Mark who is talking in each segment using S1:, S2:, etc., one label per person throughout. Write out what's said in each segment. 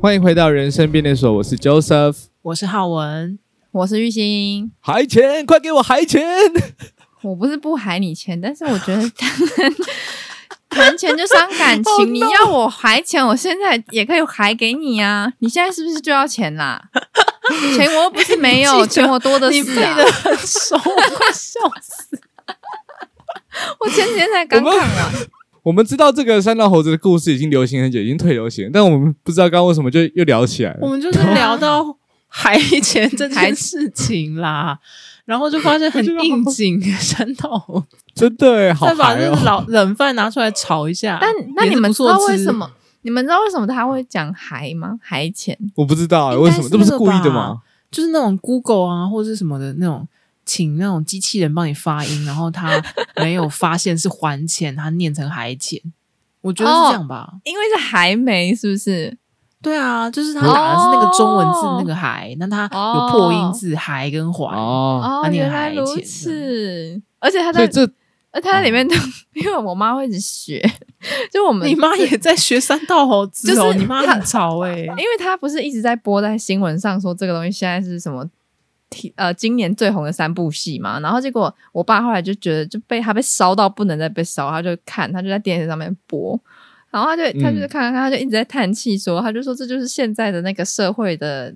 S1: 欢迎回到人生便利所，我是 Joseph。
S2: 我是浩 文，
S3: 我是玉兴，
S1: 还钱，快给我还钱！
S3: 我不是不还你钱，但是我觉得谈谈钱就伤感情。你要我还钱，我现在也可以还给你啊。你现在是不是就要钱啦？钱我又不是没
S2: 你
S3: 有，
S2: 记得
S3: 钱我多的
S2: 你
S3: 是
S2: 背
S3: 啊
S2: 的。很熟，我快笑死。
S3: 我前几天才刚
S1: 我
S3: 看
S1: 们
S3: 完，
S1: 我们知道这个三道猴子的故事已经流行很久，已经退流行，但我们不知道刚刚为什么就又聊起来
S2: 我
S1: 了。
S2: 们就是聊 到海钱这件事情啦，然后就发现很应景，山头
S1: 真的耶好
S2: 再把
S1: 嗨
S2: 那
S1: 哦！
S2: 老冷饭拿出来炒一下。
S3: 但那
S2: 也
S3: 你
S2: 是
S3: 们
S2: 不
S3: 知
S2: 错
S3: 道为
S2: 吃
S3: 什？么？你们知道为什么他会讲还吗？还钱？
S1: 我不知道耶
S2: 应该
S1: 为什么，
S2: 是
S1: 这不是故意的
S2: 那个
S1: 吗？
S2: 就是那种 Google 啊，或者是什么的那种，请那种机器人帮你发音，然后他没有发现是还钱， 他念成还钱。我觉得是这样吧。
S3: 因为是还没，是不是？
S2: 对啊，就是他打的是那个中文字那个还，那他有破音字还跟还。
S1: 哦，
S3: 哦
S2: 他，念
S3: 原来
S2: 还
S3: 如
S2: 钱
S3: 此。而且他
S1: 所以
S3: 在，
S1: 这
S3: 而且他在
S1: 嗯
S3: 里面都，因为我妈会一直学，就我们
S2: 你妈也在学三道猴子哦，
S3: 就是
S2: 你妈很 潮哎、
S3: 因为他不是一直在播在新闻上说这个东西现在是什么提呃今年最红的三部戏嘛，然后结果我爸后来就觉得就被他被烧到不能再被烧，他就看他就在电视上面播，然后他就他就是
S1: 嗯
S3: 看看看，他就一直在叹气说，他就说这就是现在的那个社会的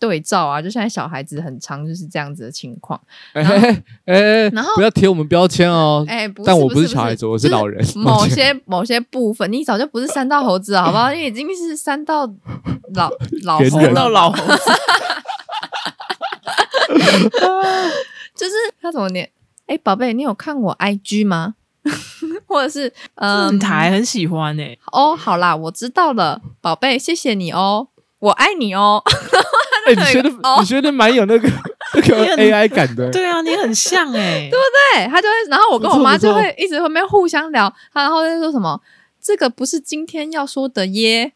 S3: 对照啊，就现在小孩子很常就是这样子的情况。
S1: 哎哎哎，
S3: 然后
S1: 不要贴我们标签哦。
S3: 哎、不是，
S1: 但我
S3: 不
S1: 不是小孩子 我是
S3: 就是
S1: 老人抱
S3: 某
S1: 歉
S3: 些某些部分，你早就不是三道猴子了，好不好？你已经是三道老老
S1: 猿
S3: 猴
S1: 人
S2: 三
S3: 了
S2: 道老猴 子，嗯
S3: 就是他怎么念？哎、宝贝，你有看我 IG 吗？ 或者是嗯
S2: 很，台很喜欢哎、
S3: 哦，好啦，我知道了，宝贝，谢谢你哦，我爱你哦。
S1: 哎，你学的
S3: 哦
S1: 你学的蛮有那 个那个
S2: 因为你
S1: AI 感的。
S2: 对啊，你很像哎、对
S3: 对他就会，然后我跟我
S1: 不错
S3: 妈
S1: 不错
S3: 就会一直后面互相聊，她然后在说什么？这个不是今天要说的耶， 耶，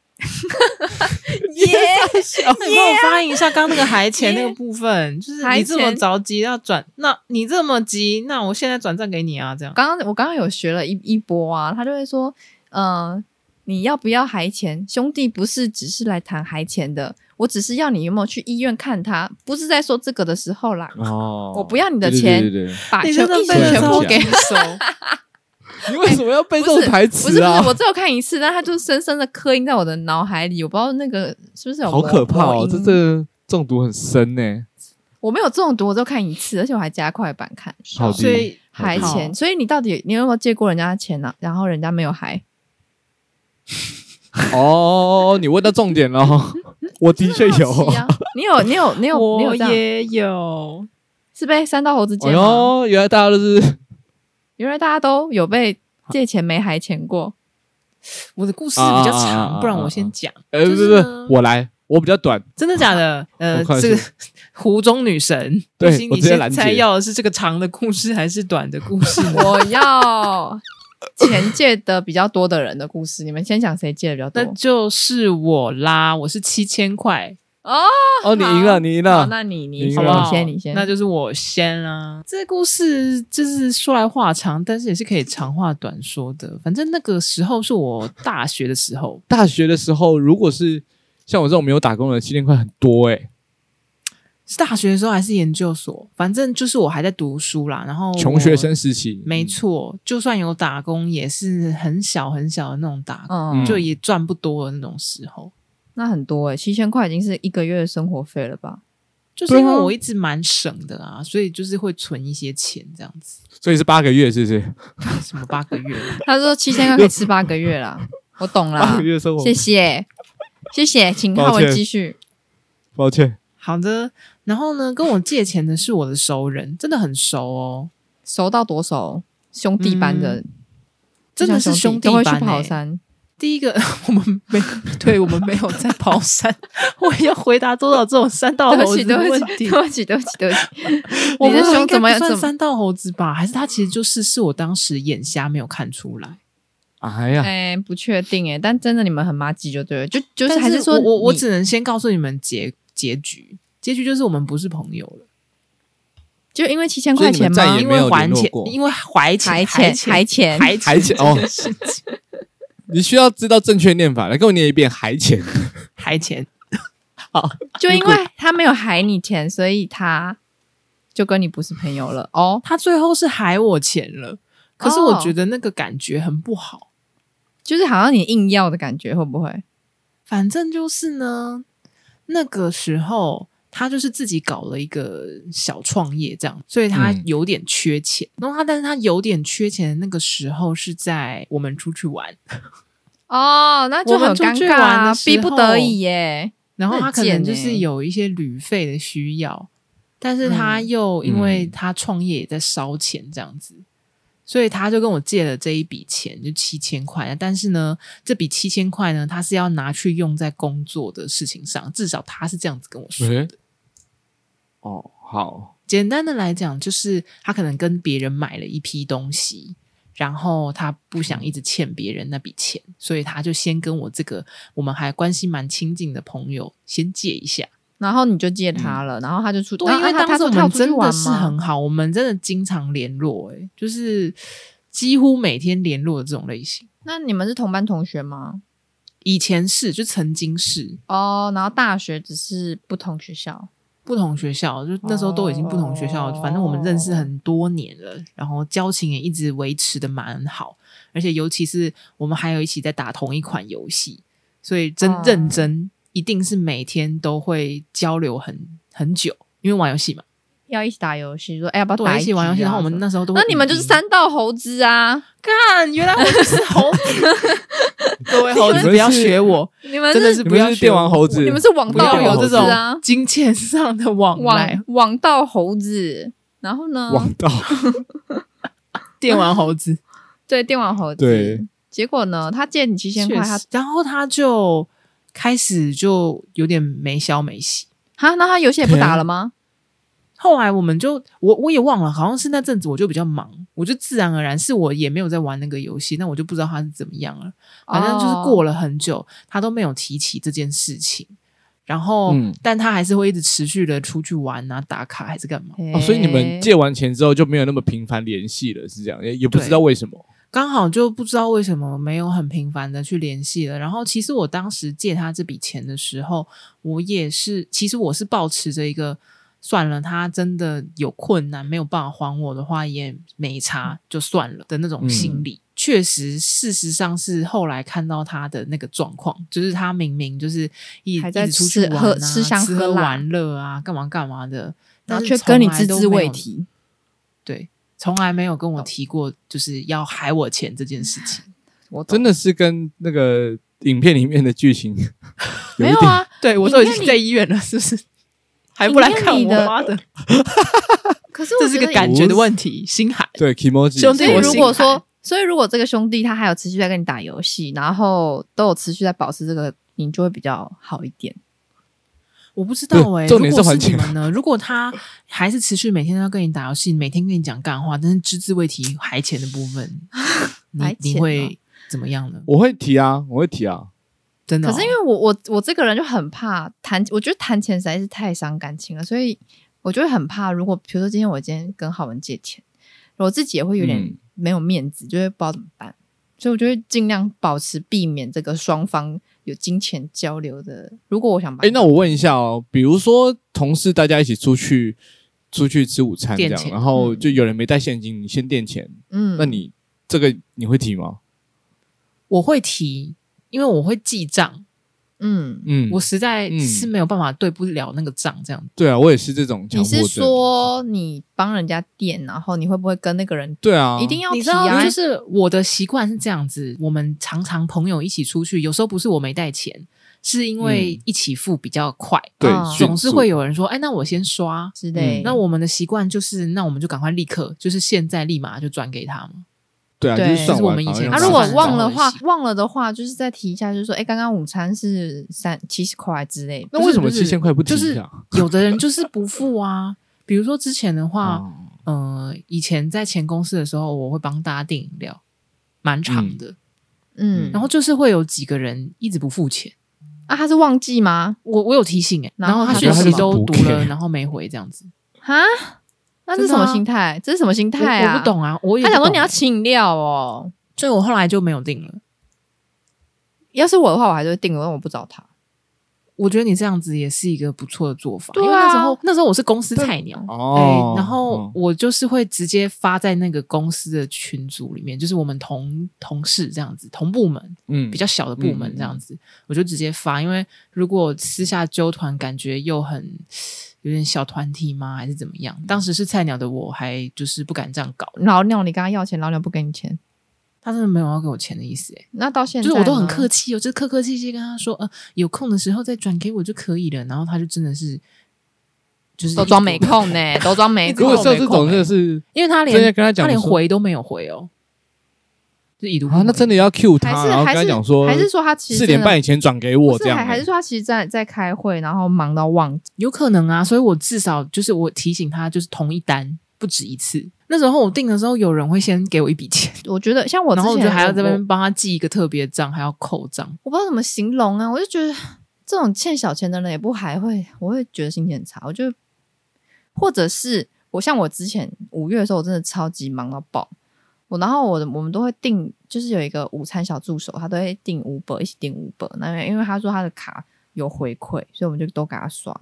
S2: 哦你帮我发音一下刚刚那个 还钱那个部分，就是
S3: 还
S2: 你这么
S3: 钱
S2: 着急要转，那你这么急，那我现在转账给你啊，这样。
S3: 刚刚我刚刚有学了一一波啊，他就会说，呃，你要不要还钱？兄弟不是只是来谈还钱的，我只是要你有没有去医院看他，不是在说这个的时候啦，
S1: 哦
S3: 我不要你的
S1: 对对
S3: 钱
S1: 对对对
S3: 把
S2: 你
S3: 全
S2: 真的
S3: 一起
S2: 背
S1: 得
S3: 全部
S1: 超
S3: 给。
S2: 熟，
S1: 你为什么要背这
S3: 哎不
S1: 种
S3: 是
S1: 台
S3: 不是
S1: 词
S3: 不
S1: 啊？
S3: 是，我只有看一次，但他就深深的刻印在我的脑海里，我不知道那个是不是有
S1: 好
S3: 魔
S1: 可怕哦！
S3: 魔
S1: 这
S3: 音
S1: 这中毒很深呢。
S3: 我没有中毒，我只有看一次，而且我还加快版看
S1: 好
S2: 所以
S3: 还
S1: 好
S3: 钱，所以你到底你有没有借过人家的钱呢、啊然后人家没有还，
S1: 哦，你问到重点了， 我的确有。
S3: 好奇啊，你有你有你有你有
S2: 我
S3: 这样
S2: 也有，
S3: 是被三道猴子
S1: 哎
S3: 借吗？
S1: 呦，原来大家都是
S3: 原来大家都有被借钱没还钱过，
S2: 我的故事比
S1: 啊啊
S2: 较
S1: 啊啊啊
S2: 长，不然我
S1: 啊
S2: 先讲。
S1: 呃，不
S2: 就是是
S1: 不
S2: 呢
S1: 是，我来，我比较短。
S2: 真的假的？呃
S1: 我快，
S2: 这
S1: 速
S2: 个 湖中女神，
S1: 对
S2: 不行
S1: 我
S2: 你
S1: 直接
S2: 现
S1: 拦截
S2: 在要的是这个长的故事还是短的故事 呢？
S3: 我要钱借的比较多的人的故事。你们先讲谁借的比较
S2: 那
S3: 多？
S2: 就是我啦，我是七千块，
S3: 哦，
S1: 哦，你赢了，你赢
S3: 好
S1: 了。
S3: 那你
S1: 你
S3: 你
S1: 赢
S2: 好
S1: 了
S2: 不好？
S3: 你先你先，
S2: 那就是我先啦、这故事就是说来话长，但是也是可以长话短说的。反正那个时候是我大学的时候，
S1: 大学的时候，如果是像我这种没有打工的，七千块很多哎，
S2: 是大学的时候还是研究所，反正就是我还在读书啦。然
S3: 哦
S2: 后
S1: 穷
S2: 我
S1: 学生时期。
S2: 没错，就算有打工，也是很小很小的那种打工，
S3: 嗯，
S2: 就也赚不多的那种时候。
S3: 那很多哎、欸，七千块已经是一个月的生活费了吧？
S2: 就是
S1: 对啊
S2: 因为我一直蛮省的啊，所以就是会存一些钱这样子，
S1: 嗯，所以是八个月，是不是？
S2: 什么八个 月啦
S3: 他说七千块可以吃八个月啦，我懂
S1: 八
S3: 啦
S1: 个，月生活
S3: 谢，谢谢谢，请
S1: 抱
S3: 浩文
S1: 歉
S3: 继续。
S1: 抱歉，
S2: 好的，然后呢，跟我借钱的是我的熟人，真的很熟哦，
S3: 熟到多熟？兄弟般的，
S2: 真的是
S3: 就像
S2: 兄
S3: 兄
S2: 弟
S3: 都会去
S2: 般、
S3: 跑
S2: 欸。
S3: 山，
S2: 第一个，我们没， 对我们没有在跑山， 我也要回答多少这种山道
S3: 对不
S2: 猴
S3: 起
S2: 子的
S3: 对
S2: 问
S3: 不起
S2: 题。
S3: 对不起对不起对不起，
S2: 我
S3: 你
S2: 们
S3: 的
S2: 应
S3: 胸
S2: 该
S3: 怎么
S2: 不
S3: 怎
S2: 算
S3: 么
S2: 三道猴子吧？还是他其实就是是我当时眼瞎没有看出来。
S1: 哎呀，
S3: 哎、不确定哎、但真的你们很麻吉就对了，就就是还
S2: 但
S3: 说
S2: 我我我
S3: 你
S2: 只能先告诉你们结结局，结局就是我们不是朋友了，
S3: 就因为七千
S1: 所以
S3: 块
S1: 你们
S3: 钱
S1: 再
S3: 吗
S1: 也？
S2: 因
S1: 没有
S2: 为还
S1: 联络
S2: 钱
S1: 过，
S2: 因为还钱
S3: 还
S2: 还
S3: 钱还
S2: 钱
S3: 钱，
S2: 还
S1: 还钱哦
S2: 这件事情
S1: 你需要知道正确念法，来跟我念一遍“还钱
S2: 还钱。
S1: 好，
S3: 就因为他没有还你钱，所以他就跟你不是朋友了哦。
S2: 他最后是还我钱了，可是我
S3: 哦
S2: 觉得那个感觉很不好。
S3: 就是好像你硬要的感觉，会不会？
S2: 反正就是呢，那个时候他就是自己搞了一个小创业，这样，所以他
S1: 嗯
S2: 有点缺钱。然后他，但是他有点缺钱的那个时候是在我们出去玩，
S3: 哦，那就
S2: 我们
S3: 很
S2: 出
S3: 尴
S2: 去
S3: 尬
S2: 玩
S3: 啊
S2: 的，时
S3: 逼不得
S2: 候
S3: 已耶。
S2: 然后
S3: 那
S2: 他
S3: 很
S2: 可能
S3: 贱
S2: 就
S3: 欸
S2: 是有一些旅费的需要，但是他又因为
S1: 嗯
S2: 他创业也在烧钱这样子，所以他就跟我借了这一笔钱，就七千块。但是呢，这笔七千块呢，他是要拿去用在工作的事情上，至少他是这样子跟我说。
S1: 诶哦，好，
S2: 简单的来讲，就是他可能跟别人买了一批东西，然后他不想一直欠别人那笔钱，所以他就先跟我这个我们还关系蛮亲近的朋友先借一下。
S3: 然后你就借他了，然后他就出，
S2: 对，
S3: 然
S2: 因
S3: 后
S2: 为
S3: 他
S2: 当
S3: 他
S2: 时
S3: 说
S2: 我
S3: 他有
S2: 们
S3: 出去
S2: 真
S3: 玩
S2: 的是
S3: 吗？
S2: 很好，我们真的经常联络、欸，就是几乎每天联络的这种类型。
S3: 那你们是同班同学吗？
S2: 以前是，就曾经是
S3: 哦，然后大学只是不同学校，
S2: 不同学校，就那时候都已经不同学校，
S3: 哦
S2: 反正我们认识很多年了，然后交情也一直维持的蛮好，而且尤其是我们还有一起在打同一款游戏，所以真、
S3: 哦
S2: 认真一定是每天都会交流很很久，因为玩游戏嘛，
S3: 要一起打游戏，说哎要不要打
S2: 对，一起玩游戏，然后我们
S3: 那
S2: 那时候都会
S3: 那你们就是
S2: 语音
S3: 三道猴子啊，
S2: 干，原来我就是猴子。各位猴子不要学我，
S3: 你们
S2: 真的
S3: 是
S2: 是
S1: 你
S2: 不
S1: 们
S2: 要
S1: 是
S2: 学
S1: 电
S2: 我
S1: 玩猴子，
S3: 你们是网
S1: 不要
S3: 道
S2: 要
S1: 电玩
S2: 有
S1: 猴
S2: 这
S1: 子
S2: 种
S3: 啊，
S2: 金钱上的往来
S3: 网，网道猴子，然后呢，
S1: 王道，
S2: 电玩猴子。
S3: 对电玩猴子，
S1: 对，
S3: 结果呢，他借你七千块，他
S2: 确实然后他就开始就有点没消没息。
S3: 哈，那他游戏也不 打了吗？
S2: 后来我们就我我也忘了，好像是那阵子我就比较忙，我就自然而然是我也没有在玩那个游戏，那我就不知道他是怎么样了。反正就是过
S3: 了，
S2: 了很久，他都没有提起这件事情。然后，
S1: 嗯
S2: 但他还是会一直持续的出去玩啊、打卡还是干嘛。
S1: 哦，所以你们借完钱之后就没有那么频繁联系了，是这样，也也不知道为什么。
S2: 刚好就不知道为什么没有很频繁的去联系了。然后，其实我当时借他这笔钱的时候，我也是，其实我是抱持着一个算了，他真的有困难没有办法还我的话，也没
S3: 嗯
S2: 差，就算了的那种心理。确实，事实上是后来看到他的那个状况，就是他明明就是一
S3: 还在
S2: 一直出去
S3: 吃
S2: 玩啊、
S3: 喝吃香
S2: 吃
S3: 喝
S2: 喝
S3: 辣
S2: 玩乐啊，干嘛干嘛的，
S3: 然
S2: 但
S3: 后
S2: 是
S3: 却跟你
S2: 从来
S3: 只
S2: 都
S3: 字
S2: 没
S3: 未
S2: 有
S3: 提，
S2: 对，从来没有跟我提过就是要还我钱这件事 情。
S3: 我懂
S1: 真的是跟那个影片里面的剧 情有
S3: 没
S1: 一
S3: 有
S1: 点
S3: 啊，
S2: 对我
S3: 你
S2: 都已
S3: 看
S2: 经
S3: 你
S2: 在医院了，是不是？还
S3: 你
S2: 不来
S3: 看
S2: 看
S3: 你
S2: 我
S3: 的
S2: 妈的，
S3: 可是我
S2: 这是
S3: 觉
S2: 个
S3: 得
S2: 感
S1: 也
S2: 觉
S1: 不
S2: 的
S1: 是
S2: 问题，心海。
S1: 对 k i m o j i
S2: 兄
S3: 所
S2: 弟
S3: 以
S2: 我
S3: 如
S2: 心
S3: 果
S2: 寒
S3: 说，所以如果这个兄弟他还有持续在跟你打游戏，然后都有持续在保持这个，你就会比较好一点。
S2: 我不知道
S1: 不是
S2: 哎、欸，
S1: 重点
S2: 如果
S1: 是还
S2: 是你
S1: 钱
S2: 们呢？如果他还是持续每天都要跟你打游戏，每天跟你讲干话，但是只字未提还钱的部 分，你
S3: 还
S2: 你
S3: 钱
S2: 会怎么样呢？
S1: 我会提啊，我会提啊，
S2: 真的哦、
S3: 可是因为我我我这个人就很怕谈，我觉得谈钱实在是太伤感情了，所以我就会很怕。如果比如说今天我今天跟浩文借钱，我自己也会有点
S1: 嗯
S3: 没有面子，就会不知道怎么办，所以我就会尽量保持避免这个双方有金钱交流的。如果我想把，
S1: 哎、那我问一下哦，比如说同事大家一起出去出去吃午餐这
S2: 垫
S1: 样，
S2: 钱
S1: 然后
S3: 嗯
S1: 就有人没带现金，你先垫钱，
S3: 嗯
S1: 那你这个你会提吗？
S2: 我会提，因为我会记账，
S3: 嗯，
S1: 嗯，
S2: 我实在
S1: 嗯
S2: 是没有办法对不了那个账，这样
S1: 对啊，我也是这种强
S3: 你
S1: 迫症。
S3: 是说你帮人家垫，然后你会不会跟那个人
S1: 对啊，
S3: 一定要
S2: 你
S3: 提
S2: 知道，
S3: 啊？
S2: 就是我的习惯是这样子，我们常常朋友一起出去，有时候不是我没带钱，是因为
S1: 嗯
S2: 一起付比较快，
S1: 对，
S3: 嗯
S1: 迅
S2: 啊总是
S1: 速
S2: 会有人说，哎，那我先刷。
S3: 之类
S1: 嗯
S3: 的。
S2: 那我们的习惯就是，那我们就赶快立刻，就是现在立马就转给他嘛。
S1: 对啊，就
S3: 对
S1: 是
S3: 就是
S1: 算
S2: 我
S1: 完
S2: 们以
S1: 然后
S2: 前
S1: 让
S3: 啊，
S1: 他
S3: 如果
S1: 知道
S3: 忘了
S2: 早上的，
S3: 话
S2: 习
S3: 忘了的话，就是再提一下，就是说，哎，刚刚午餐是三七十块之类的。
S1: 那为什么
S2: 不是
S1: 七千块不提
S2: 就
S1: 一
S2: 是啊
S1: 下？
S2: 有的人就是不付啊，比如说之前的话，
S1: 哦
S2: 嗯、以前在前公司的时候，我会帮大家订饮料，蛮长的。
S3: 嗯，
S2: 然后就是会有几个人一直不付钱，
S3: 啊，他是忘记吗？
S2: 我我有提醒哎、
S3: 然
S2: 然后
S3: 后他
S2: 他
S1: 就
S2: 讯
S1: 是
S2: 息都
S1: 不
S2: 读
S1: care
S2: 了，然后没回这样子。
S3: 哈，那这是什
S2: 真的
S3: 么
S2: 啊
S3: 心态？这是什么心
S2: 我
S3: 态啊？
S2: 我不。懂啊，我也
S3: 他想
S2: 不
S3: 说
S2: 懂
S3: 你要请饮料哦。
S2: 所以我后来就没有订了。
S3: 要是我的话，我还是会订，因为我不找他。
S2: 我觉得你这样子也是一个不错的做法，
S3: 对啊
S2: 因为那时候那时候我是公司菜鸟，
S1: 哦
S2: 哎，然后我就是会直接发在那个公司的群组里面，就是我们同同事这样子，同部门
S1: 嗯
S2: 比较小的部门这样子，我就直接发，因为如果私下揪团，感觉又很有点小团体吗，还是怎么样？
S1: 嗯
S2: 当时是菜鸟的我，还就是不敢这样搞，
S3: 老鸟，你跟他要钱，老鸟不给你钱，
S2: 他真的没有要给我钱的意思、哎，
S3: 那到现在
S2: 就是我都很
S3: 呢
S2: 客气哦，就是客客气气跟他说，呃，有空的时候再转给我就可以了，然后他就真的是。就是
S3: 都装没空呢、都装没
S1: 如
S3: 空
S1: 果。
S2: 是
S1: 像这种真的是
S2: 因为他
S1: 直接
S2: 连
S1: 跟他
S2: 他
S1: 讲
S2: 连
S1: 说
S2: 回都没有回哦，就已读不
S1: 啊，
S2: 回
S1: 那真的要 Q
S3: 还
S1: 他，
S3: 是
S1: 然后
S3: 还
S1: 跟他
S3: 是
S1: 讲说
S3: 还是说他其实
S1: 四点
S3: 真的
S1: 半以前转给
S3: 不
S1: 我
S3: 是
S1: 这样
S3: 还
S1: 欸，
S3: 还是说他其实在在开会，然后忙到忘记。
S2: 有可能啊，所以我至少就是我提醒他，就是同一单不止一次。那时候我订的时候，有人会先给我一笔钱，
S3: 我觉得像我之
S2: 然
S3: 前
S2: 后
S3: 我，
S2: 我就还要这
S3: 我
S2: 边帮他记一个特别账，还要扣账。
S3: 我不知道怎么形容啊，我就觉得这种欠小钱的人也不还会，我会觉得心情很差。我就或者是我像我之前五月的时候，我真的超级忙到爆。我然后我的我们都会订，就是有一个午餐小助手，他都会订五本，一起订五本。那因为因为他说他的卡有回馈，所以我们就都给他刷。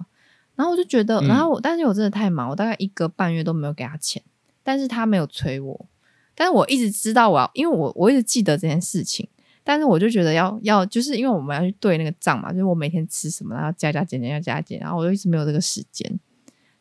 S3: 然后我就觉得，
S1: 嗯
S3: 然后我但是我真的太忙，我大概一个半月都没有给他钱，但是他没有催我，但是我一直知道我要，因为我我一直记得这件事情。但是我就觉得要要，就是因为我们要去对那个账嘛，就是我每天吃什么，然后加加减减，要加减，然后我就一直没有这个时间。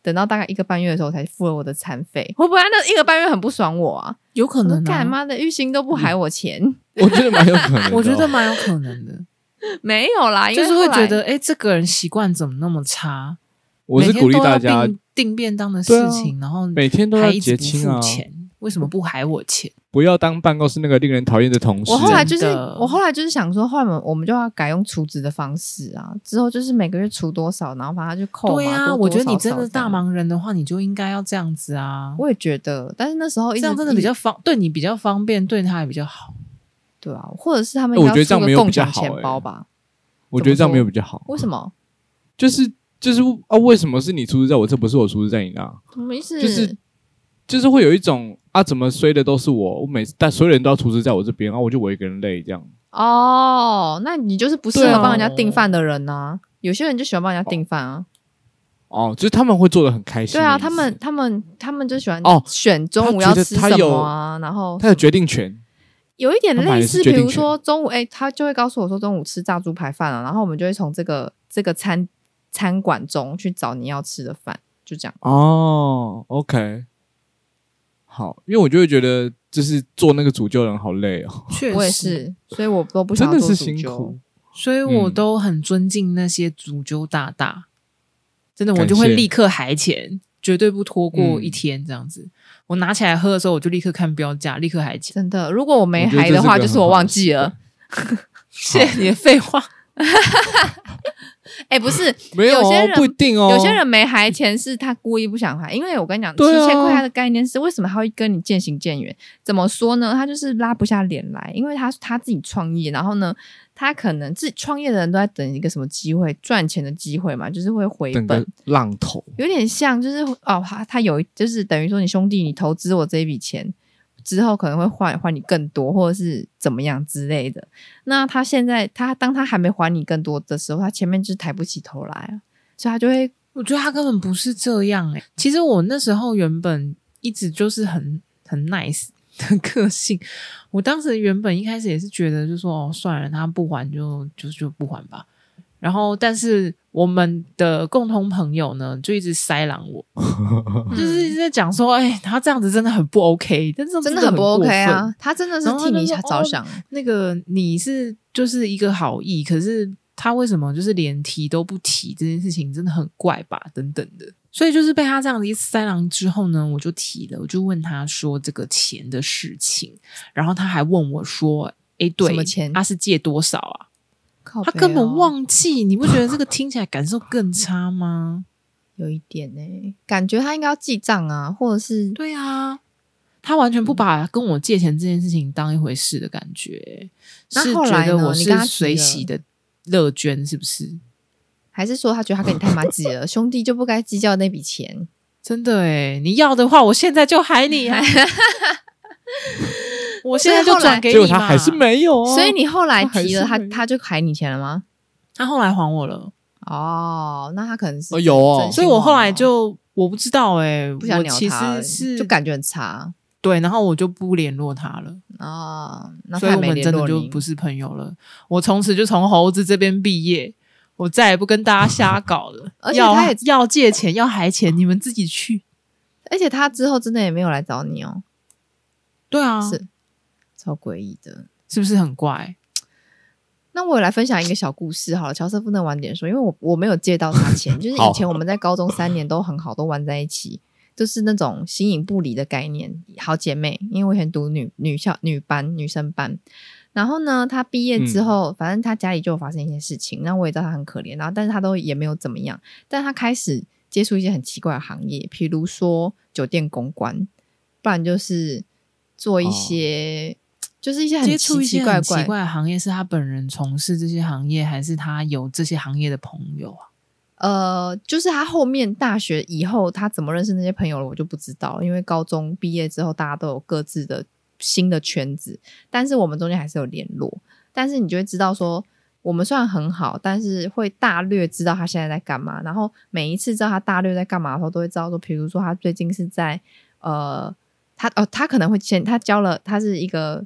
S3: 等到大概一个半月的时候，我才付了我的餐费。会不会那一个半月很不爽我啊？
S2: 有可
S3: 我说
S2: 能
S3: 干
S2: 啊，
S3: 妈的玉兴都不还我钱，
S1: 欸我觉得蛮有可能的哦。
S2: 我觉得蛮有可能的，
S3: 没有啊啦，因为
S2: 就是会
S3: 后
S2: 觉
S3: 来
S2: 得，哎，这个人习惯怎么那么差？
S1: 我是
S2: 每天
S1: 鼓励
S2: 都要
S1: 大家
S2: 订订便当的
S1: 对啊
S2: 事情，然后
S1: 每天都
S2: 还
S1: 要
S2: 一直
S1: 结
S2: 不
S1: 清啊
S2: 付，钱，为什么不还我钱？
S1: 不要当办公室那个令人讨厌的同事。
S3: 我后来就是
S2: 真的
S3: 我后来就是想说，后来我们我们就要改用储值的方式啊，之后就是每个月储多少，然后把它去扣嘛。
S2: 对呀、
S3: 多
S2: 我觉得
S3: 多
S2: 你
S3: 少
S2: 真的
S3: 少
S2: 大
S3: 这样，
S2: 忙人的话，你就应该要这样子啊。
S3: 我也觉得，但是那时候一
S2: 这
S3: 直
S2: 样真的比较方，对你比较方便，对他也比较好。
S3: 对啊，或者是他们
S1: 哎我
S3: 应该
S1: 觉得
S3: 要
S1: 这样没
S3: 出个
S1: 有
S3: 共
S1: 比较
S3: 享
S1: 好
S3: 钱
S1: 哎
S3: 包吧？
S1: 我觉得这样没有比较好。
S2: 嗯
S3: 为什么？
S1: 就是就是啊，为什么是你出资在我这，不是我出资在你那？
S3: 什么意思？
S1: 就是就是会有一种啊，怎么衰的都是我，我每次但所有人都要出资在我这边，然、后啊我就我一个人累这样。
S3: 哦，那你就是不适
S2: 对
S3: 合
S2: 啊
S3: 帮人家订饭的人呐、有些人就喜欢帮人家订饭啊。
S1: 哦，就是他们会做的很开心。
S3: 对啊，他们他们他们就喜欢
S1: 哦
S3: 选中午
S1: 他
S3: 要
S1: 觉得
S3: 吃
S1: 他
S3: 什
S1: 有
S3: 么啊，然后
S1: 他有决定权，
S3: 有一点
S1: 他买
S3: 类
S1: 的是
S3: 似，比
S1: 决定
S3: 如说中午，哎、他就会告诉我说中午吃炸猪排饭啊，然后我们就会从这个这个餐餐馆中去找你要吃的饭，就这样。
S1: 哦，OK，好，因为我就会觉得，就是做那个主教人好累哦，
S2: 确
S3: 我也，是，所以我都不想
S1: 真的
S3: 要做
S1: 是
S3: 主
S1: 辛
S3: 揪
S1: 苦。。
S2: 所以我
S1: 嗯
S2: 都很尊敬那些主揪大大，真的我
S1: 感
S2: 就会
S1: 谢
S2: 立刻还钱，绝对不拖过
S1: 嗯
S2: 一天这样子。我拿起来喝的时候，我就立刻看标价，立刻还钱。
S3: 真的，如果我没
S1: 我觉得
S3: 还的话，
S1: 这
S3: 就
S1: 个很好的
S3: 是是我忘记了。
S2: 谢谢你的废话，
S3: 哎、不是，
S1: 没有、哦，
S3: 有些人
S1: 不一定哦，
S3: 有些人没还钱是他故意不想还，因为我跟你讲，七
S1: 对啊
S3: 千块他的概念是为什么他会跟你渐行渐远？怎么说呢？他就是拉不下脸来，因为他他自己创业，然后呢，他可能自己创业的人都在等一个什么机会，赚钱的机会嘛，就是会回
S1: 等
S3: 本
S1: 个，浪头，
S3: 有点像就是哦，他他有一就是等于说你兄弟你投资我这一笔钱。之后可能会还还你更多，或者是怎么样之类的。那他现在他当他还没还你更多的时候，他前面就是抬不起头来啊，所以他就会
S2: 我觉得他根本不是这样哎、其实我那时候原本一直就是很很 nice 的个性，我当时原本一开始也是觉得就说哦算了，他不还就就就不还吧。然后，但是我们的共同朋友呢，就一直塞狼我，就是一直在讲说，哎、他这样子真的很不 OK，但是
S3: 嗯真的很不 OK 啊！他真的是
S2: 然后
S3: 替
S2: 他
S3: 你
S2: 就说
S3: 着
S2: 哦
S3: 想，
S2: 那个你是就是一个好意，可是他为什么就是连提都不提这件事情，真的很怪吧？等等的，所以就是被他这样子一塞狼之后呢，我就提了，我就问他说这个钱的事情，然后他还问我说：“诶，对，
S3: 什么钱
S2: 他是借多少啊？”
S3: 靠
S2: 他
S3: 北
S2: 根本
S3: 哦
S2: 忘记，你不觉得这个听起来感受更差吗？
S3: 有一点呢、感觉他应该要记账啊，或者是
S2: 对啊，他完
S3: 嗯
S2: 全不把跟我借钱这件事情当一回事的感觉，
S3: 那
S2: 是
S3: 后来
S2: 觉得
S3: 呢
S2: 我
S3: 你
S2: 是
S3: 跟他提
S2: 随喜的乐捐，是不是？
S3: 还是说他觉得他跟你太妈鸡了，兄弟就不该计较那笔钱。
S2: 真的哎，你要的话，我现在就喊你 啊！我现在就转给
S1: 结
S2: 你
S1: 果
S2: 嘛。
S1: 他还是没有、哦，
S3: 所以你后来
S1: 他还
S3: 提了
S1: 是
S3: 他，
S1: 没
S3: 他就还你钱了吗？
S2: 他后来还我了，
S3: 哦，那他可能是
S1: 哦有哦
S3: 真心
S2: 所以我后来
S3: 忘了
S2: 就我不知道哎、
S3: 不想
S2: 我
S3: 鸟
S2: 其
S3: 他了，
S2: 实是
S3: 就感觉很差
S2: 对，然后我就不联络他了，
S3: 哦。那
S2: 所以
S3: 他也
S2: 我
S3: 没
S2: 们
S3: 联
S2: 真的
S3: 络
S2: 就
S3: 你
S2: 不是朋友了。我从此就从猴子这边毕业，我再也不跟大家瞎搞了
S3: 。而且
S2: 要
S3: 他也
S2: 要借钱要还钱，你们自己 去。
S3: 而且他之后真的也没有来找你哦，
S2: 对啊，
S3: 是超诡异的。
S2: 是不是很怪？
S3: 那我也来分享一个小故事好了，乔瑟夫那晚点说，因为我我没有借到他钱，就是以前我们在高中三年都很好，都玩在一起，就是那种形影不离的概念，好姐妹。因为我以前读女女校女班女生班，然后呢，她毕业之后，反正她家里就有发生一些事情，那我也知道她很可怜，然后但是她都也没有怎么样，但她开始接触一些很奇怪的行业，比如说酒店公关，不然就是做一些。就是一些很
S2: 接
S3: 奇
S2: 触一
S3: 奇
S2: 些
S3: 怪
S2: 很
S3: 怪
S2: 奇怪的行业，是他本人从事这些行业，还是他有这些行业的朋友啊？
S3: 呃，就是他后面大学以后，他怎么认识那些朋友了，我就不知道了。因为高中毕业之后，大家都有各自的新的圈子，但是我们中间还是有联络。但是你就会知道说，我们虽然很好，但是会大略知道他现在在干嘛。然后每一次知道他大略在干嘛的时候，都会知道说，比如说他最近是在呃，他哦，他可能会先他交了，他是一个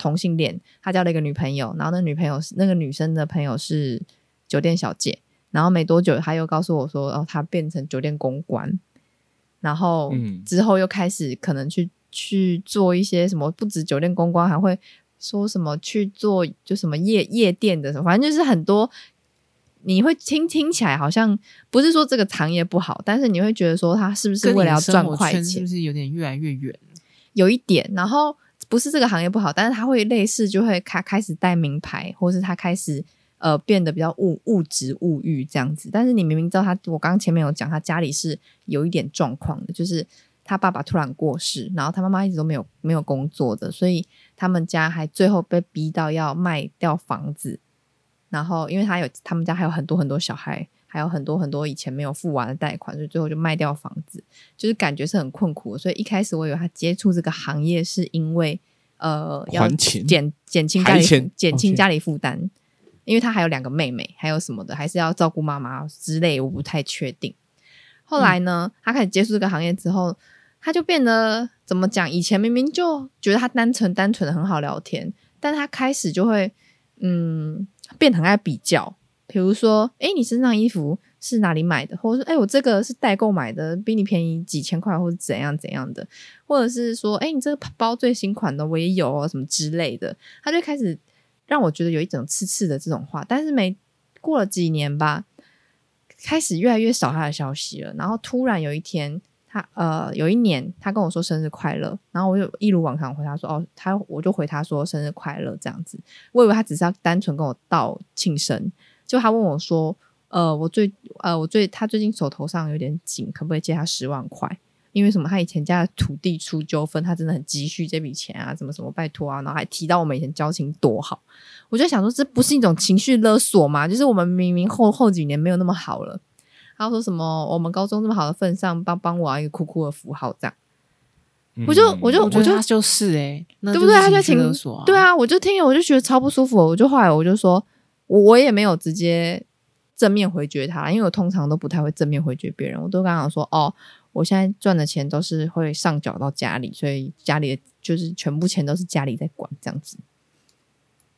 S3: 同性恋，他交了一个女朋友，然后那女朋友是那个女生的朋友是酒店小姐。然后没多久，他又告诉我说，哦，他变成酒店公关，然后
S1: 嗯
S3: 之后又开始可能去去做一些什么，不止酒店公关，还会说什么去做就什么夜夜店的什么，反正就是很多。你会听听起来好像不是说这个行业不好，但是你会觉得说他是不是
S2: 跟你
S3: 为了要
S2: 的
S3: 赚
S2: 生活
S3: 快
S2: 圈是
S3: 钱
S2: 不，是有点越来越远？
S3: 有一点，然后不是这个行业不好，但是他会类似就会开开始戴名牌，或是他开始呃变得比较物物质物欲这样子。但是你明明知道他，我刚刚前面有讲，他家里是有一点状况的，就是他爸爸突然过世，然后他妈妈一直都没有没有工作的，所以他们家还最后被逼到要卖掉房子。然后，因为他有他们家还有很多很多小孩，还有很多很多以前没有付完的贷款，所以最后就卖掉房子。就是感觉是很困苦的，所以一开始我以为他接触这个行业是因为呃要
S1: 还钱
S3: 减减轻家
S1: 还
S3: 里负
S1: 钱
S3: 减轻
S1: 哦
S3: 家里负担，因为他还有两个妹妹，还有什么的，还是要照顾妈妈之类，我不太确定。后来呢，他开始接触这个行业之后，他就变得怎么讲？以前明明就觉得他单纯单纯的很好聊天，但他开始就会嗯变得很爱比较，比如说，哎，你身上衣服是哪里买的？或者说，哎，我这个是代购买的，比你便宜几千块，或者怎样怎样的，或者是说，哎，你这个包最新款的我也有哦，什么之类的，他就开始让我觉得有一种刺刺的这种话，但是没过了几年吧，开始越来越少他的消息了，然后突然有一天。他呃，有一年他跟我说生日快乐，然后我就一如往常回他说哦，他我就回他说生日快乐这样子，我以为他只是要单纯跟我道庆生，就他问我说：“呃，我最呃，我最他最近手头上有点紧，可不可以借他十万块？因为什么？他以前家的土地出纠纷，他真的很急需这笔钱啊，怎么怎么拜托啊，然后还提到我们以前交情多好。我就想说，这不是一种情绪勒索吗？就是我们明明后后几年没有那么好了。”他说什么？我们高中这么好的份上，帮帮我啊，一个酷酷的符号这样。
S1: 嗯
S3: 我就我就
S2: 我觉
S3: 我就
S2: 得他就是哎、那
S3: 对不对
S2: 就是
S3: 他就
S2: 情绪
S3: 情
S2: 勒索啊，
S3: 对，啊，我就听了我就觉得超不舒服，我就后来我就说，我我也没有直接正面回绝他，因为我通常都不太会正面回绝别人，我都跟他讲说，哦，我现在赚的钱都是会上缴到家里，所以家里的就是全部钱都是家里在管这样子，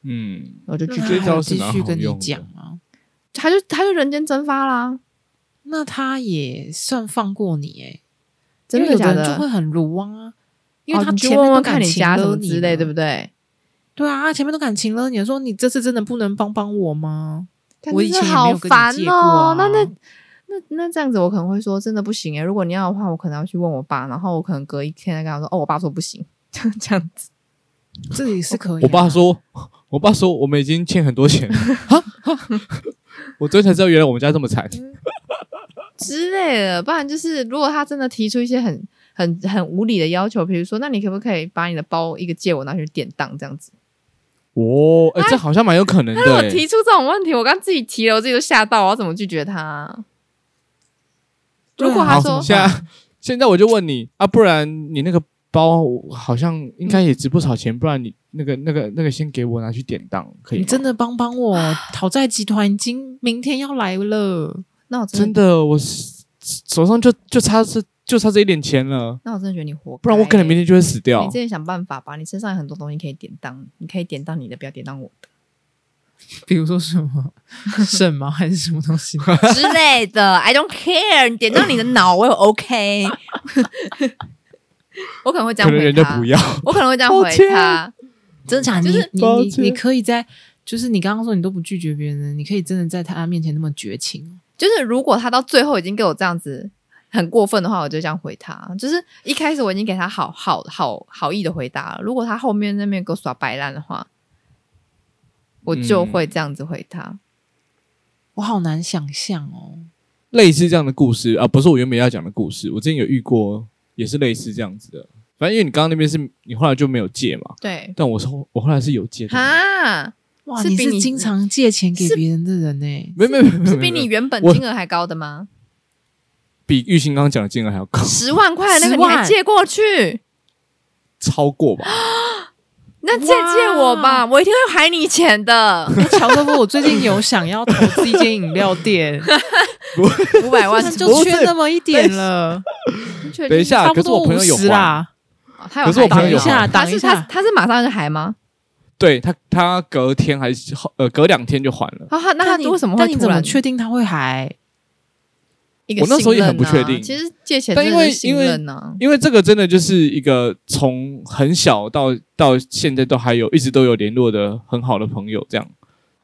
S1: 嗯，
S3: 我就拒
S2: 那
S1: 这
S3: 绝
S2: 他
S1: 招
S2: 还
S1: 是
S2: 继
S1: 蛮
S2: 续
S1: 好
S2: 跟你
S1: 用的
S2: 讲啊。
S3: 他，他就他就人间蒸发啦，
S2: 那他也算放过你哎、
S3: 真
S2: 因为
S3: 的
S2: 有
S3: 假
S2: 的人就会
S3: 的？
S2: 很鲁汪啊，因为
S3: 哦
S2: 他
S3: 你去
S2: 前面
S3: 问
S2: 都
S3: 问看
S2: 敢
S3: 你
S2: 情
S3: 家什
S2: 勒
S3: 么
S2: 你
S3: 之类，
S2: 了
S3: 对不？对？
S2: 对啊，他前面都敢情勒你了，说你这次真的不能帮帮我吗？
S3: 但
S2: 我
S3: 真
S2: 以
S3: 的
S2: 前也没
S3: 好
S2: 有跟你
S3: 烦
S2: 借过
S3: 哦
S2: 啊。
S3: 那那那那这样子，我可能会说真的不行欸诶。如果你要的话，我可能要去问我爸，然后我可能隔一天再跟他说，哦，我爸说不行， 这样子。
S2: 这也是可以、啊
S1: 我爸，说， 我爸说我们已经欠很多 钱了。 哈哈我昨天才知道，原来我们家这么惨。
S3: 之类的。不然就是，如果他真的提出一些很很很无理的要求，比如说，那你可不可以把你的包一个借我拿去典当这样子？
S1: 哦，哎、这好像蛮有可能的、
S3: 那我
S1: 哎
S3: 提出这种问题，我刚自己提了，我自己都吓到，我要怎么拒绝他啊？
S2: 对啊
S3: 如果他
S1: 好
S3: 说哦
S1: 啊现在现在我就问你啊，不然你那个包好像应该也值不少钱，不然你那个那个那个先给我拿去典当，可以吗？
S2: 你真的帮帮我， 讨债集团已经明天要来了。
S3: 那我真的，
S1: 真的，我手手上就就差这就差这一点钱了，
S3: 那我真的觉得你活该欸，
S1: 不然我可能明天就会死掉
S3: 你。自己想办法吧，你身上有很多东西可以典当，你可以典当你的，不要典当我的
S2: 比如说什 么肾吗？还是什么东西？
S3: 之类的。I don't care，你典当你的脑，我也 OK。我可能会这样
S1: 可能
S3: 回
S1: 人
S3: 他，
S1: 家不要，
S3: 我可能会这样
S1: 抱
S3: 回
S1: 歉
S3: 他。
S2: 真的假的？
S3: 就是
S2: 你
S1: 抱
S2: 你你
S1: 歉
S2: 你可以在，就是你刚刚说你都不拒绝别人，你可以真的在他面前那么绝情。
S3: 就是如果他到最后已经给我这样子很过分的话，我就这样回他。就是一开始我已经给他好好好好意的回答了，如果他后面那边给我耍白烂的话，我就
S1: 嗯
S3: 会这样子回他。
S2: 我好难想象哦。
S1: 类似这样的故事啊，不是我原本要讲的故事，我之前有遇过，也是类似这样子的。反正因为你刚刚那边是你后来就没有借嘛，
S3: 对，
S1: 但我后我后来是有借的，
S3: 哈，
S2: 哇，
S3: 是
S2: 你
S3: 比
S2: 是
S3: 你
S2: 经常借钱给
S3: 是
S2: 别人的人欸呢、
S1: 没没没没
S3: 是
S1: 没，
S3: 比你
S1: 没
S3: 原本
S1: 我
S3: 金额还高的吗？
S1: 比玉兴刚刚讲的金额还要高，
S3: 十万块那个
S2: 10
S3: 你
S2: 万
S3: 还借过去？
S1: 超过吧？
S3: 那借借我吧，我一定会还你 钱的。
S2: 哎乔哥夫，我最近有想要投资一间饮料 店，
S3: 五百万
S2: 但
S3: 不
S2: 就缺那么一点 了，
S3: 确定
S1: 等一下
S2: 差
S1: 可
S2: 不
S1: 是我
S2: 多
S1: 朋
S2: 五
S1: 友有
S2: 十
S1: 还，
S2: 啦。
S3: 哦他有
S1: 可是我
S3: 还
S1: 朋
S3: 到
S1: 友有还
S3: 他
S2: 挡一
S3: 是
S2: 下
S3: 他他是马上就还吗？
S1: 对他他隔天还是后呃隔两天就还了。
S3: 啊，他那
S2: 但
S3: 他
S2: 你
S3: 为什么会
S2: 但你
S3: 突
S2: 怎么
S3: 然
S2: 确定他会还？
S3: 一个
S1: 我那时候也很不
S3: 信任啊
S1: 确定
S3: 其实借钱
S1: 但
S3: 真
S1: 因
S3: 的
S1: 为
S3: 是信
S1: 因为
S3: 任啊呢、
S1: 因为这个真的就是一个从很小到到现在都还有一直都有联络的很好的朋友，这样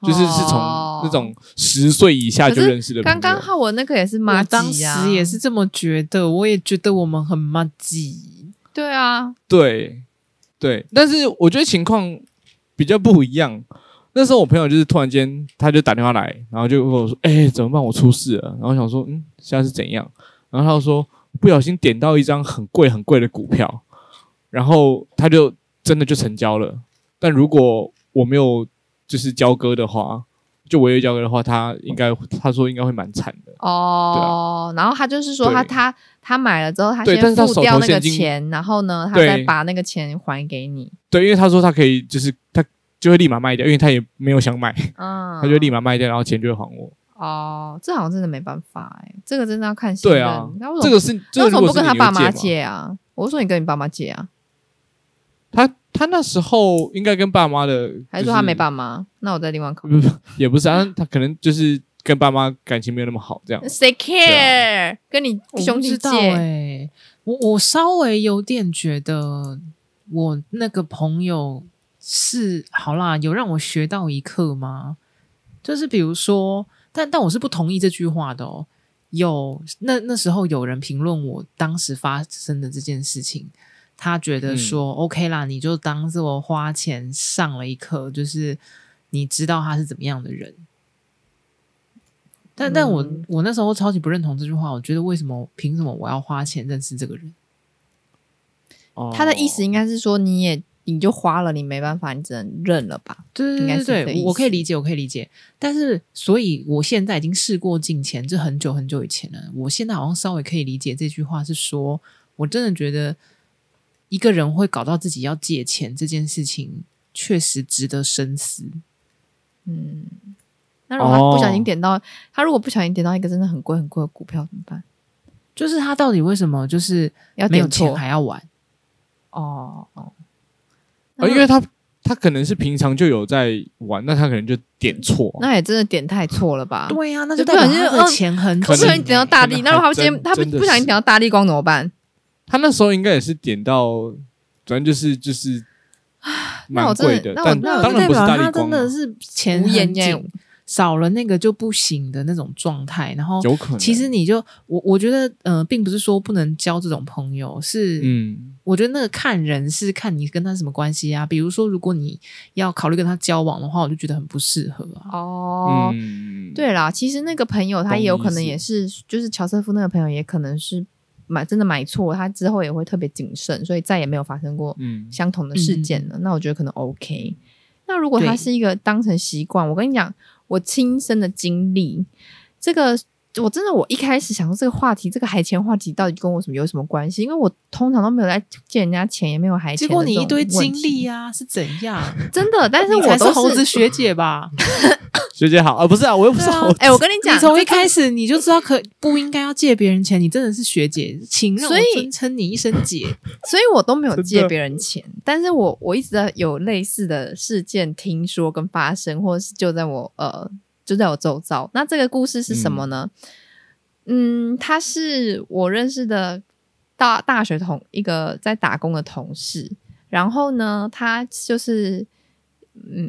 S1: 就是是从
S3: 哦
S1: 那种十岁以下就认识的朋
S3: 刚
S1: 友。
S3: 刚好我那个也是妈
S2: 我当
S3: 鸡啊，
S2: 时也是这么觉得，我也觉得我们很麻吉。
S3: 对啊，
S1: 对对，但是我觉得情况比较不一样。那时候我朋友就是突然间他就打电话来，然后就跟我说：“哎、怎么办？我出事了。”然后我想说：“嗯，现在是怎样？”然后他就说：“哦不小心点到一张很贵很贵的股票，然后他就真的就成交了。但如果我没有就是交割的话，就违约交割的话，他应该他说应该会蛮惨的。
S3: 哦，然后他就是说他
S1: 啊对
S3: 他他买了之后，他
S1: 对
S3: 先
S1: 但是他
S3: 付
S1: 手
S3: 掉
S1: 头
S3: 那个
S1: 现金
S3: 钱，然后呢，他
S1: 对
S3: 再把那个钱还给你，
S1: 对，因为他说他可以就是他就会立马卖掉，因为他也没有想买，
S3: 嗯，
S1: 他就立马卖掉，然后钱就会还我。
S3: 哦，这好像真的没办法哎、这个真的要看信任。
S1: 对啊
S3: 那为，什
S1: 这
S3: 么
S1: 个是
S3: 哦那
S1: 这
S3: 为
S1: 个
S3: 什
S1: 如
S3: 么
S1: 果
S3: 不
S1: 是
S3: 跟他
S1: 你会
S3: 爸妈
S1: 吗？
S3: 借啊？我说你跟你爸妈借啊，
S1: 他他那时候应该跟爸妈的，
S3: 还是说他没
S1: 妈？
S3: 爸妈？那我再另外考虑。
S1: 不是也不是啊，他可能就是跟爸妈感情没有那么好，这样。
S3: 谁 care？、跟你
S2: 我
S3: 兄
S2: 不
S3: 弟
S2: 知道
S3: 借？
S2: 哎、我我稍微有点觉得我那个朋友是好啦，有让我学到一课吗？就是比如说，但但我是不同意这句话的哦。有那那时候有人评论我当时发生的这件事情，他觉得说、OK
S3: 嗯
S2: 啦，你就当做花钱上了一课，就是你知道他是怎么样的人。但但我、
S3: 嗯
S2: 我那时候超级不认同这句话，我觉得为什么凭什么我要花钱认识这个人？
S1: 哦
S3: 他的意思应该是说你也你就花了，你没办法，你只能认了吧？
S2: 对
S3: 应该
S2: 对
S3: 是这
S2: 对
S3: 个
S2: 对，
S3: 意
S2: 我可以
S3: 思
S2: 理解，我可以理解。但是，所以我现在已经事过境迁，这很久很久以前了。我现在好像稍微可以理解这句话，是说我真的觉得一个人会搞到自己要借钱这件事情，确实值得深思。
S3: 嗯。那如果他
S1: 哦
S3: 不小心点到，他如果不小心点到一个真的很贵很贵的股票怎么办？
S2: 就是他到底为什么就是
S3: 要
S2: 没有
S3: 点
S2: 钱
S3: 错
S2: 还要玩？
S3: 哦哦。嗯
S1: 呃，因为他他可能是平常就有在玩，那他可能就点错。
S3: 那也真的点太错了吧？
S2: 对呀、啊那就
S3: 就
S2: 代表
S3: 不小心
S2: 他的
S3: 嗯
S2: 钱很
S1: 可
S3: 不
S1: 能
S3: 小
S2: 紧
S3: 心点到
S2: 欸
S3: 大力，
S1: 可能
S3: 那如果他
S1: 还
S3: 今
S1: 真
S3: 天他不
S1: 真的
S3: 不小心
S1: 是
S3: 点到大力光怎么办？
S1: 他那时候应该也是点到，反正就是就是
S3: 那
S1: 蛮
S3: 我真的
S1: 贵的，
S3: 啊那我
S1: 但
S3: 那
S1: 当
S3: 我
S2: 代
S1: 然不是
S2: 表
S1: 大
S2: 他
S1: 力光
S2: 真
S1: 啊
S2: 的，是钱
S3: 无言
S2: 很
S3: 耶
S2: 紧，少了那个就不行的那种状态。然后
S1: 有可能。
S2: 其实你就我我觉得，呃，并不是说不能交这种朋友，是、
S1: 嗯，
S2: 我觉得那个看人是看你跟他什么关系啊。比如说，如果你要考虑跟他交往的话，我就觉得很不适合啊。
S3: 哦，
S1: 嗯，
S3: 对啦，其实那个朋友他
S1: 懂
S3: 也有
S1: 你
S3: 可
S1: 意
S3: 能
S1: 思
S3: 也是，就是乔瑟夫那个朋友也可能是买真的买错，他之后也会特别谨慎，所以再也没有发生过
S1: 嗯，
S3: 相同的事件了。那我觉得可能 OK。那如果他
S2: 对
S3: 是一个当成习惯，我跟你讲，我亲身的经历，这个我真的我一开始想说这个话题，这个海钱话题到底跟我什么有什么关系？因为我通常都没有在借人家钱，也没有海钱。
S2: 结果你一堆经历，啊，是怎样？
S3: 真 的，但是
S2: 你才
S3: 我
S2: 是
S3: 都
S2: 猴子学姐吧？
S1: 学姐好啊，不是啊，我又不是
S2: 对啊
S1: 猴子，
S3: 哎、我跟你讲，
S2: 你从一
S3: 这个
S2: 开始你就知道可不应该要借别人钱，你真的是学姐，请让我
S3: 所以
S2: 尊称你一声姐。
S3: 所以我都没有
S1: 真的
S3: 借别人钱，但是我我一直在有类似的事件听说跟发生，或者是就在我呃就在我周遭。那这个故事是什么呢？嗯，他是我认识的大大学同一个在打工的同事，然后呢，他就是嗯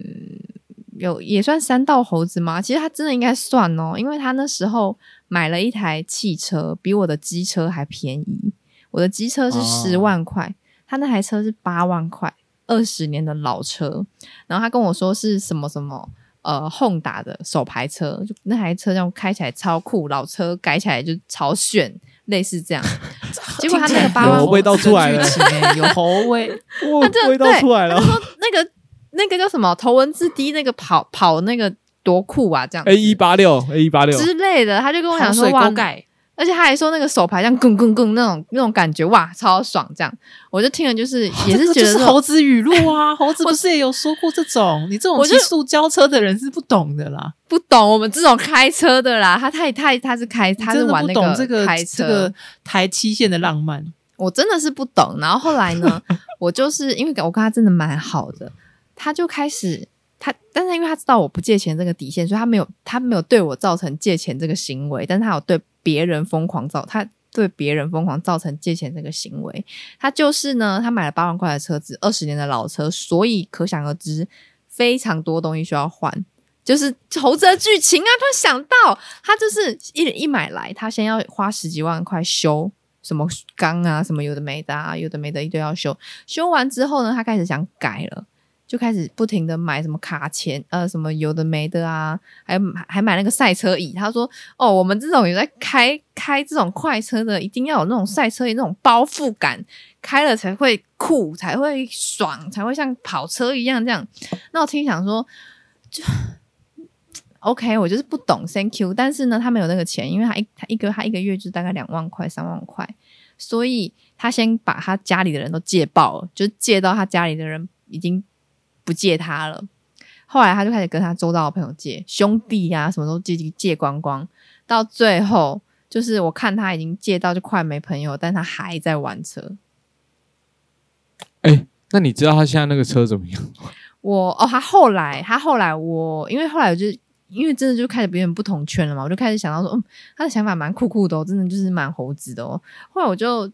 S3: 有也算三道猴子吗？其实他真的应该算哦，因为他那时候买了一台汽车，比我的机车还便宜。我的机车是十万块，他那台车是八万块，二十年的老车。然后他跟我说是什么什么呃轰打的手排车，就那台车这样开起来超酷，老车改起来就超炫，类似这样。结果他那个八万
S1: 有味道出来了
S2: 这个剧情欸有猴味。
S1: 哇
S3: 他真的
S1: 味道
S3: 啊对
S1: 出来 了
S3: 他。说那个那个叫什么头文字 D 那个跑跑那个多酷啊，这样
S1: A 一八六 A 一八六，
S3: 之类的，他就 跟我讲
S2: 糖
S3: 说
S2: 哎水
S3: 哇
S2: 锅，盖，
S3: 而且他还说那个手牌像滚滚滚那种那种感觉哇，超爽这样。我就听了就是 也
S2: 这
S3: 是
S2: 个
S3: 觉
S2: 就
S3: 得
S2: 是
S3: 说
S2: 猴子语录 啊，猴子不是也有说过这种？你这种
S3: 我就
S2: 骑塑胶车的人是不懂的啦，
S3: 不懂我们这种开车的啦，他太太他是开
S2: 你
S3: 他是
S2: 真的
S3: 玩
S2: 不
S3: 那
S2: 懂这个
S3: 开
S2: 这
S3: 车，
S2: 个台七线的浪漫。
S3: 我真的是不懂。然后后来呢，我就是因为我跟他真的蛮好的，他就开始他，但是因为他知道我不借钱这个底线，所以他没有他没有对我造成借钱这个行为，但是他有对别人疯狂造他。对别人疯狂造成借钱这个行为，他就是呢，他买了八万块的车子，二十年的老车，所以可想而知，非常多东西需要换。就是猴子的剧情啊，突然想到，他就是一一买来，他先要花十几万块修什么缸啊，什么有的没的啊，有的没的一堆要修。修完之后呢，他开始想改了，就开始不停的买什么卡钳，呃，什么有的没的啊，还还买那个赛车椅。他说：“哦，我们这种有在开开这种快车的，一定要有那种赛车椅那种包覆感，开了才会酷，才会爽，才会像跑车一样这样。”那我听想说，就 OK，我就是不懂，Thank you。但是呢，他没有那个钱，因为他一他一个他一个月就大概两万块、三万块，所以他先把他家里的人都借爆了，就是借到他家里的人已经不借他了。后来他就开始跟他周遭的朋友借，兄弟呀、什么都借借光光，到最后就是我看他已经借到就快没朋友，但他还在玩车。
S1: 那你知道他现在那个车怎么样？
S3: 我哦，他后来他后来我，因为后来我就因为真的就开始有点不同圈了嘛，我就开始想到说，嗯，他的想法蛮酷酷的哦，真的就是蛮猴子的哦。后来我就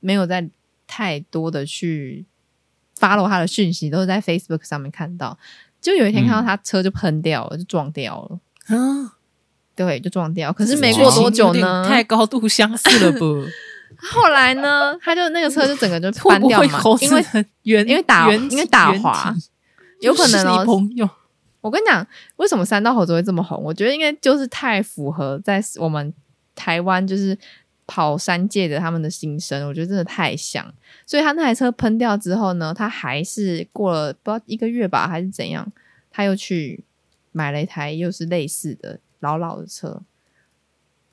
S3: 没有再太多的去 follow 他的讯息，都是在 Facebook 上面看到。就有一天看到
S1: 嗯
S3: 他车就喷掉了，就撞掉了，
S2: 啊，
S3: 对，就撞掉。可
S2: 可
S3: 是没过多久呢，
S2: 太高度相似了 不？
S3: 后来呢，他就那个车就整个就
S2: 会
S3: 翻
S2: 不
S3: 掉
S2: 会
S3: 嘛
S2: 猴，子
S3: 因为
S2: 很原
S3: 因为打
S2: 原
S3: 因为打滑，有可能哦
S2: 你朋友
S3: 我跟你讲，为什么三道猴子会这么红？我觉得应该就是太符合在我们台湾就是跑山界的他们的心声，我觉得真的太像。所以他那台车喷掉之后呢，他还是过了不知道一个月吧，还是怎样，他又去买了一台又是类似的老老的车，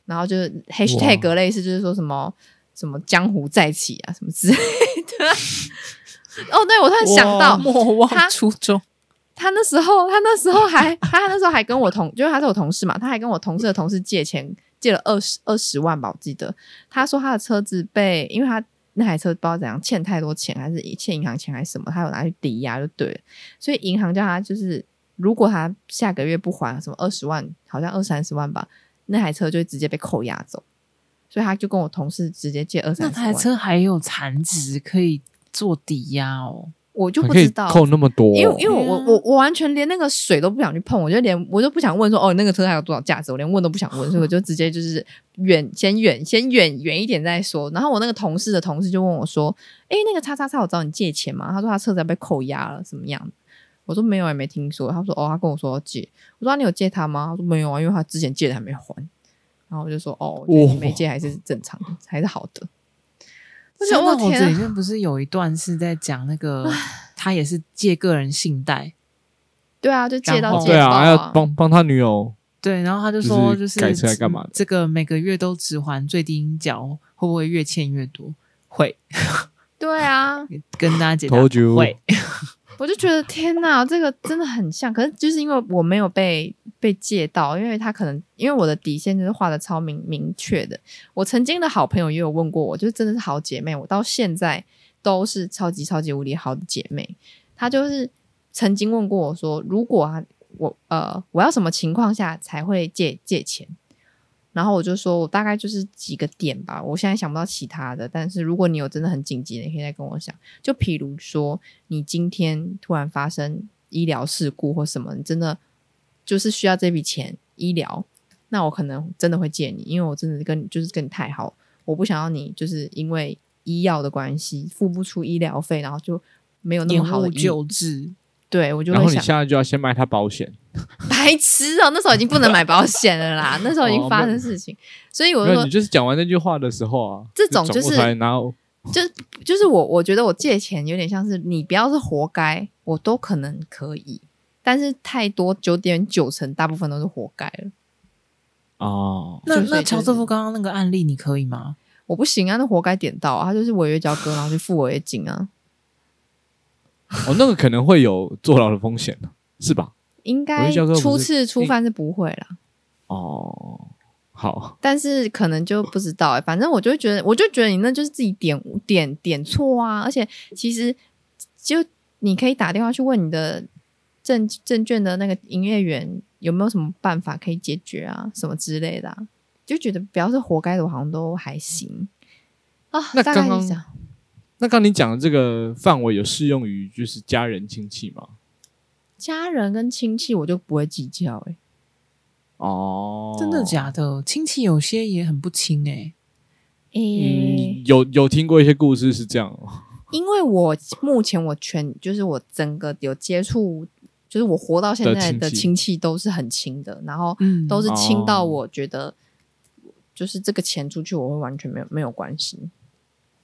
S3: 然后就是 hashtag 类似就是说什么什么江湖再起啊什么之类的。 哦，对，我突然想到，
S2: 莫
S3: 他
S2: 忘初衷，
S3: 他那时候，他那时候还， 他那时候还跟我同，就是他是我同事嘛，他还跟我同事的同事借钱，借了二十二十万吧，我记得。他说他的车子被，因为他那台车不知道怎样欠太多钱，还是欠银行钱还是什么，他有拿去抵押就对了，所以银行叫他就是，如果他下个月不还什么二十万，好像二三十万吧，那台车就会直接被扣押走。所以他就跟我同事直接借二三
S2: 那
S3: 十
S2: 台
S3: 万，
S2: 车还有残值可以做抵押哦。
S3: 我就
S1: 还
S3: 不
S1: 可以
S3: 知道
S1: 扣那么多，
S3: 因为因为我
S2: 对啊
S3: 我我完全连那个水都不想去碰，我就连我就不想问说哦那个车还有多少价值，我连问都不想问，所以我就直接就是远先远先远远一点再说。然后我那个同事的同事就问我说，诶，那个叉叉叉，我找你借钱吗？他说他车子要被扣押了，怎么样？我说没有，也没听说。他说哦，他跟我说要借。我说、啊、你有借他吗？他说没有啊，因为他之前借的还没还。然后我就说哦，我觉得你没借还是正常的，还是好的。我想
S2: 三
S3: 我
S2: 道猴
S3: 天
S2: 子
S3: 啊
S2: 哦里面不是有一段是在讲那个，他也是借个人信贷，
S3: 对啊，就借
S2: 然
S3: 到
S2: 后
S3: 借
S1: 哦对
S3: 到
S1: 啊，还要帮帮他女友
S2: 对，然后他就说，
S1: 就是
S2: 是
S1: 改车来干嘛的
S2: 这个每个月都只还最低应缴，哦会不会越欠越多？会，
S3: 对啊，
S2: 跟大家解答
S1: Told you
S2: 会。
S3: 我就觉得天哪，这个真的很像。可是就是因为我没有被被借到，因为他可能因为我的底线就是画的超明明确的。我曾经的好朋友也有问过我，就是真的是好姐妹，我到现在都是超级超级无敌好的姐妹。她就是曾经问过我说，如果啊我呃我要什么情况下才会借借钱？然后我就说，我大概就是几个点吧，我现在想不到其他的。但是如果你有真的很紧急的，你可以再跟我讲。就譬如说，你今天突然发生医疗事故或什么，你真的就是需要这笔钱医疗，那我可能真的会借你，因为我真的跟就是跟你太好，我不想要你就是因为医药的关系付不出医疗费，然后就没有那
S2: 延
S3: 么好的
S2: 误
S3: 医
S2: 救治，
S3: 对我就
S1: 然
S3: 会
S1: 后你
S3: 想
S1: 现在就要先买他保险，
S3: 白痴哦、那时候已经不能买保险 了啦，那时候已经发生事情，所以我
S1: 哦没
S3: 就
S1: 有
S3: 说
S1: 你就是讲完那句话的时候啊，
S3: 这种就是
S1: 转过头来然后
S3: 就是我，我觉得我借钱有点像是你不要是活该，我都可能可以，但是太多九点九成大部分都是活该了，
S1: 哦，
S2: 那
S3: 就所以
S2: 那
S3: 就是
S2: 乔瑟夫刚刚那个案例，你可以吗？
S3: 我不行啊，那活该点到啊，他就是违约交割，然后去付违约金啊，
S1: 哦，那个可能会有坐牢的风险，是吧？
S3: 应
S1: 违
S3: 该
S1: 约交割不是
S3: 初次初犯是不会啦，
S1: 哦，好，
S3: 但是可能就不知道、欸，反正我就会觉得，我就觉得你那就是自己点点点错啊，而且其实就你可以打电话去问你的证证券的那个营业员有没有什么办法可以解决啊，什么之类的、啊，就觉得不要是活该的，我好像都还行啊。
S1: 那
S3: 大概
S1: 刚
S3: 是
S1: 刚
S3: 这样，
S1: 那刚你讲的这个范围有适用于就是家人亲戚吗？
S3: 家人跟亲戚我就不会计较、欸，
S1: 哦，
S2: 真的假的？亲戚有些也很不亲哎、
S3: 诶、
S1: 嗯，有有听过一些故事是这样哦，
S3: 因为我目前我全就是我整个有接触，就是我活到现在
S1: 的亲
S3: 的
S1: 戚
S3: 亲戚都是很亲的，然后
S2: 嗯，
S3: 都是亲到
S1: 哦
S3: 我觉得就是这个钱出去我会完全没有没有关系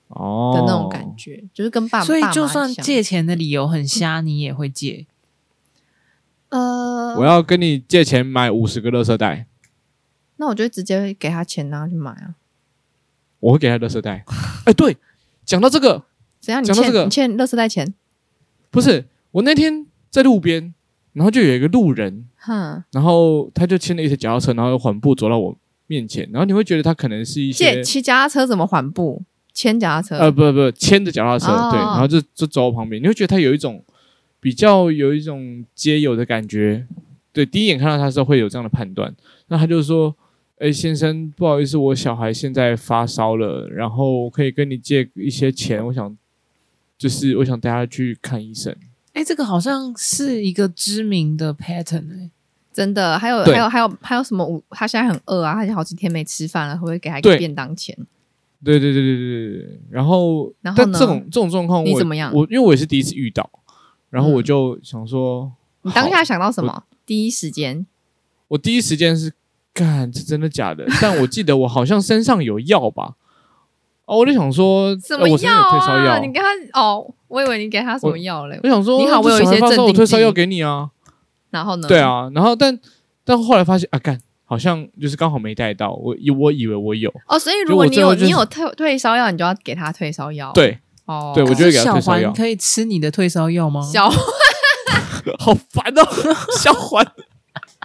S1: 哦
S3: 的那种感。觉，就是跟爸爸
S2: 所以就
S3: 妈
S2: 算
S3: 很像
S2: 借钱的理由很瞎，你也会借。
S3: 呃
S2: 呃
S1: 我，要跟你借钱买五十个垃圾袋，
S3: 那我就直接给他钱然后去买啊。
S1: 我会给他垃圾袋。 哎，对，讲到这个，
S3: 只要你
S1: 讲到
S3: 欠、
S1: 这个
S3: 你欠乐色袋钱，
S1: 不是我那天在路边，然后就有一个路人，
S3: 哼，
S1: 然后他就牵了一台脚踏车，然后又缓步走到我面前，然后你会觉得他可能是一些
S3: 借骑脚踏车怎么缓步？牵脚踏车，
S1: 呃，不不，牵着脚踏车，
S3: 哦
S1: 对，然后就就走我旁边，你会觉得他有一种比较有一种街友的感觉。对，第一眼看到他的时候会有这样的判断。那他就说：“哎，先生，不好意思，我小孩现在发烧了，然后我可以跟你借一些钱，我想就是我想带他去看医生。
S2: 哎、这个好像是一个知名的 pattern 哎、
S3: 真的，还有
S1: 对
S3: 还有还有还有什么午？他现在很饿啊，他已经好几天没吃饭了，会不会给他一
S1: 对
S3: 个便当钱？”
S1: 对对对对对对对。然后，
S3: 然后
S1: 但
S3: 呢
S1: 这种这种状况我，
S3: 你怎么样
S1: 我因为我也是第一次遇到，然后我
S3: 嗯
S1: 就想说，
S3: 你当
S1: 好
S3: 下想到什么？第一时间
S1: 我第一时间是干，这真的假的？但我记得我好像身上有药吧？哦，我就想说，
S3: 什么
S1: 呃我身
S3: 药
S1: 上有退烧
S3: 啊？
S1: 药
S3: 你。给他哦，我以为你给他什么药嘞
S1: 我？想说，
S3: 你好我有一些
S1: 这小孩发烧
S3: 镇定
S1: 我退烧
S3: 剂嗯
S1: 药给你啊。
S3: 然后呢？
S1: 对，啊，然后但但后来发现啊，干，好像就是刚好没带到，我以我以为我有，
S3: 哦，所以
S1: 就
S3: 如
S1: 我
S3: 果你
S1: 最后
S3: 有
S1: 就是
S3: 你有退退烧药，你就要给他退烧药。，
S1: 对，
S3: 哦，
S1: 对我觉
S2: 可
S1: 得给
S2: 是
S1: 他
S2: 小
S1: 退烧药
S2: 环可以吃你的退烧药吗？
S3: 小
S1: 好烦哦， 小环。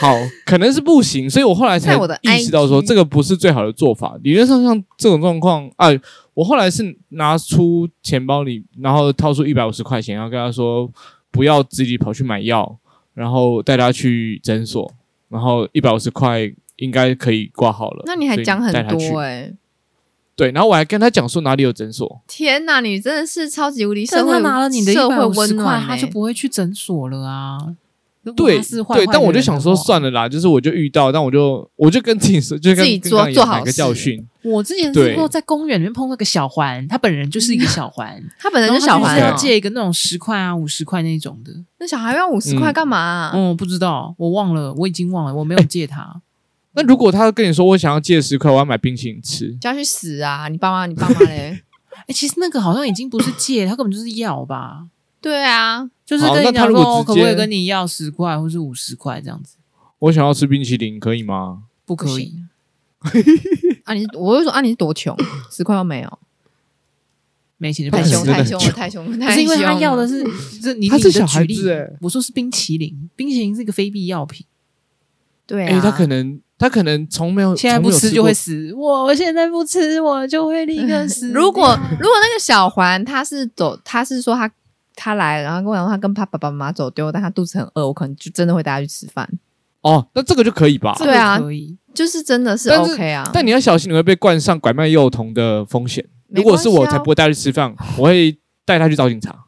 S1: 好，可能是不行，所以我后来才
S3: 在我的
S1: 意识到说，
S3: IG
S1: 这个不是最好的做法。理论上，像这种状况，啊，我后来是拿出钱包里，然后掏出一百五十块钱，然后跟他说不要自己跑去买药，然后带他去诊所，然后一百五十块应该可以挂号了。
S3: 那你还
S1: 所以
S3: 讲很
S1: 带他去
S3: 多哎！
S1: 对，然后我还跟他讲说哪里有诊所，
S3: 天哪，你真的是超级无敌
S2: 但
S3: 社
S2: 他
S3: 会
S2: 拿了你的一
S3: 社
S2: 百
S3: 会
S2: 五十
S3: 温
S2: 块
S3: 暖，欸，
S2: 他就不会去诊所了啊。如果
S1: 对
S2: 他是坏坏
S1: 对，
S2: 的
S1: 但我就
S2: 人
S1: 想
S2: 的
S1: 说
S2: 话
S1: 算了啦，就是我就遇到，但我就我就跟自己 说，就跟
S3: 自己
S1: 跟
S3: 做
S1: 刚刚一
S3: 做
S1: 样
S3: 好
S1: 买个教
S3: 事
S1: 训。
S2: 我之前
S1: 对
S2: 是过在公园里面碰到个小环，他本人就是一个小 环，
S3: 他本
S2: 然
S3: 身
S2: 后
S3: 就小
S2: 他
S3: 孩
S2: 是
S1: 孩
S2: 要
S1: 哦
S3: 啊，
S2: 借一个那种十块啊、五十块那种的。
S3: 那小孩要五十
S1: 嗯
S3: 块干嘛啊？
S2: 嗯，不知道，我忘了，我已经忘了，我没有借 他。
S1: 那如果他跟你说我想要借十块，我要买冰淇淋吃，
S3: 就要去死啊！你爸妈，你爸 妈嘞？
S2: 哎、其实那个好像已经不是借，他根本就是要吧，
S3: 对啊，
S2: 就是
S1: 好
S2: 跟
S1: 那
S2: 你
S1: 他
S2: 讲
S1: 如果
S2: 说，哦
S1: 直
S2: 可不可以
S1: 接
S2: 跟你要十块或是五十块这样子。
S1: 我想要吃冰淇淋，可以吗？
S2: 不
S3: 不
S2: 可以。
S3: 行。啊你，我就说啊你是多穷，十块都没 有，
S2: 没钱就
S1: 不
S2: 不
S3: 太
S1: 可能真
S2: 行。
S3: 凶太
S1: 的
S3: 凶
S1: 很
S3: 了
S1: 穷
S3: 太凶了，
S2: 不
S3: 太
S2: 是因为
S3: 凶
S2: 他
S3: 了
S2: 要的 是，这你
S1: 他是
S2: 你的
S1: 小孩
S2: 举例
S1: 子欸，
S2: 我说是冰淇淋，冰淇淋是一个非必要品，
S3: 对
S1: 哎、
S3: 啊，
S1: 他可能他可能从没有
S2: 现在
S1: 从
S2: 不
S1: 没有
S2: 吃
S1: 吃
S2: 就
S1: 过
S2: 会死。我现在不吃，我就会立 刻死。
S3: 嗯如果如果那个小环他是走，他是说他他来，然后跟我讲说他跟他爸爸妈妈走丢，但他肚子很饿，我可能就真的会带他去吃饭，
S1: 哦，那这个就可以吧？
S2: 这个
S3: 对啊
S2: 可以，
S3: 就是真的是
S1: 但是
S3: OK 啊。
S1: 但你要小心，你会被冠上拐卖幼童的风险。
S3: 没
S1: 如果是我，
S3: 关系啊
S1: 才不会带他去吃饭，我会带他去找警察。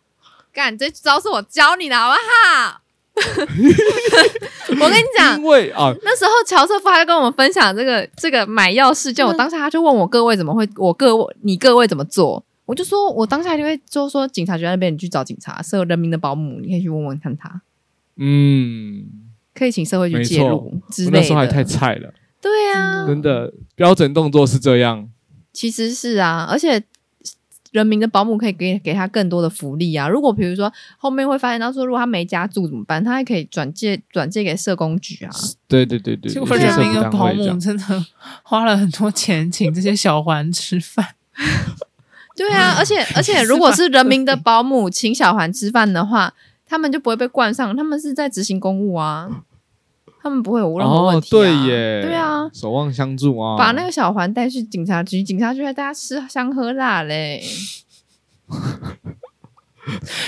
S3: 干这招是我教你的好不 好？我跟你讲
S1: 因，为啊，
S3: 那时候乔瑟夫他就跟我们分享这个这个买药事件，我当下他就问我各位怎么会，我各位你各位怎么做？我就说，我当下就会就说警察局在那边，你去找警察，社会人民的保姆，你可以去问问看他，
S1: 嗯，
S3: 可以请社会局
S1: 没
S3: 介
S1: 错
S3: 入之
S1: 我
S3: 类
S1: 那
S3: 的。
S1: 时候还太菜了，
S3: 对啊，
S1: 真的，标准动作是这样。
S3: 其实是啊，而且人民的保姆可以给给他更多的福利啊。如果比如说后面会发现到说，如果他没家住怎么办？他还可以转借转借给社工局啊。
S1: 对对对对，
S2: 结
S1: 对
S2: 果
S1: 就是
S2: 人民
S1: 不
S2: 的
S1: 单
S2: 保
S1: 位这
S2: 姆
S1: 样
S2: 真的花了很多钱请这些小环吃饭，
S3: 对啊，
S1: 嗯
S3: 而且而且如果
S1: 啊
S3: 是人民的保姆请小环吃饭的话，他们就不会被冠上，他们是在执行公务啊，他们不会有任何问
S1: 哦，
S3: 题、啊
S1: 对耶，
S3: 对啊。
S1: 守望相助啊，
S3: 把那个小环带去警察局，警察局还带他吃香喝辣嘞。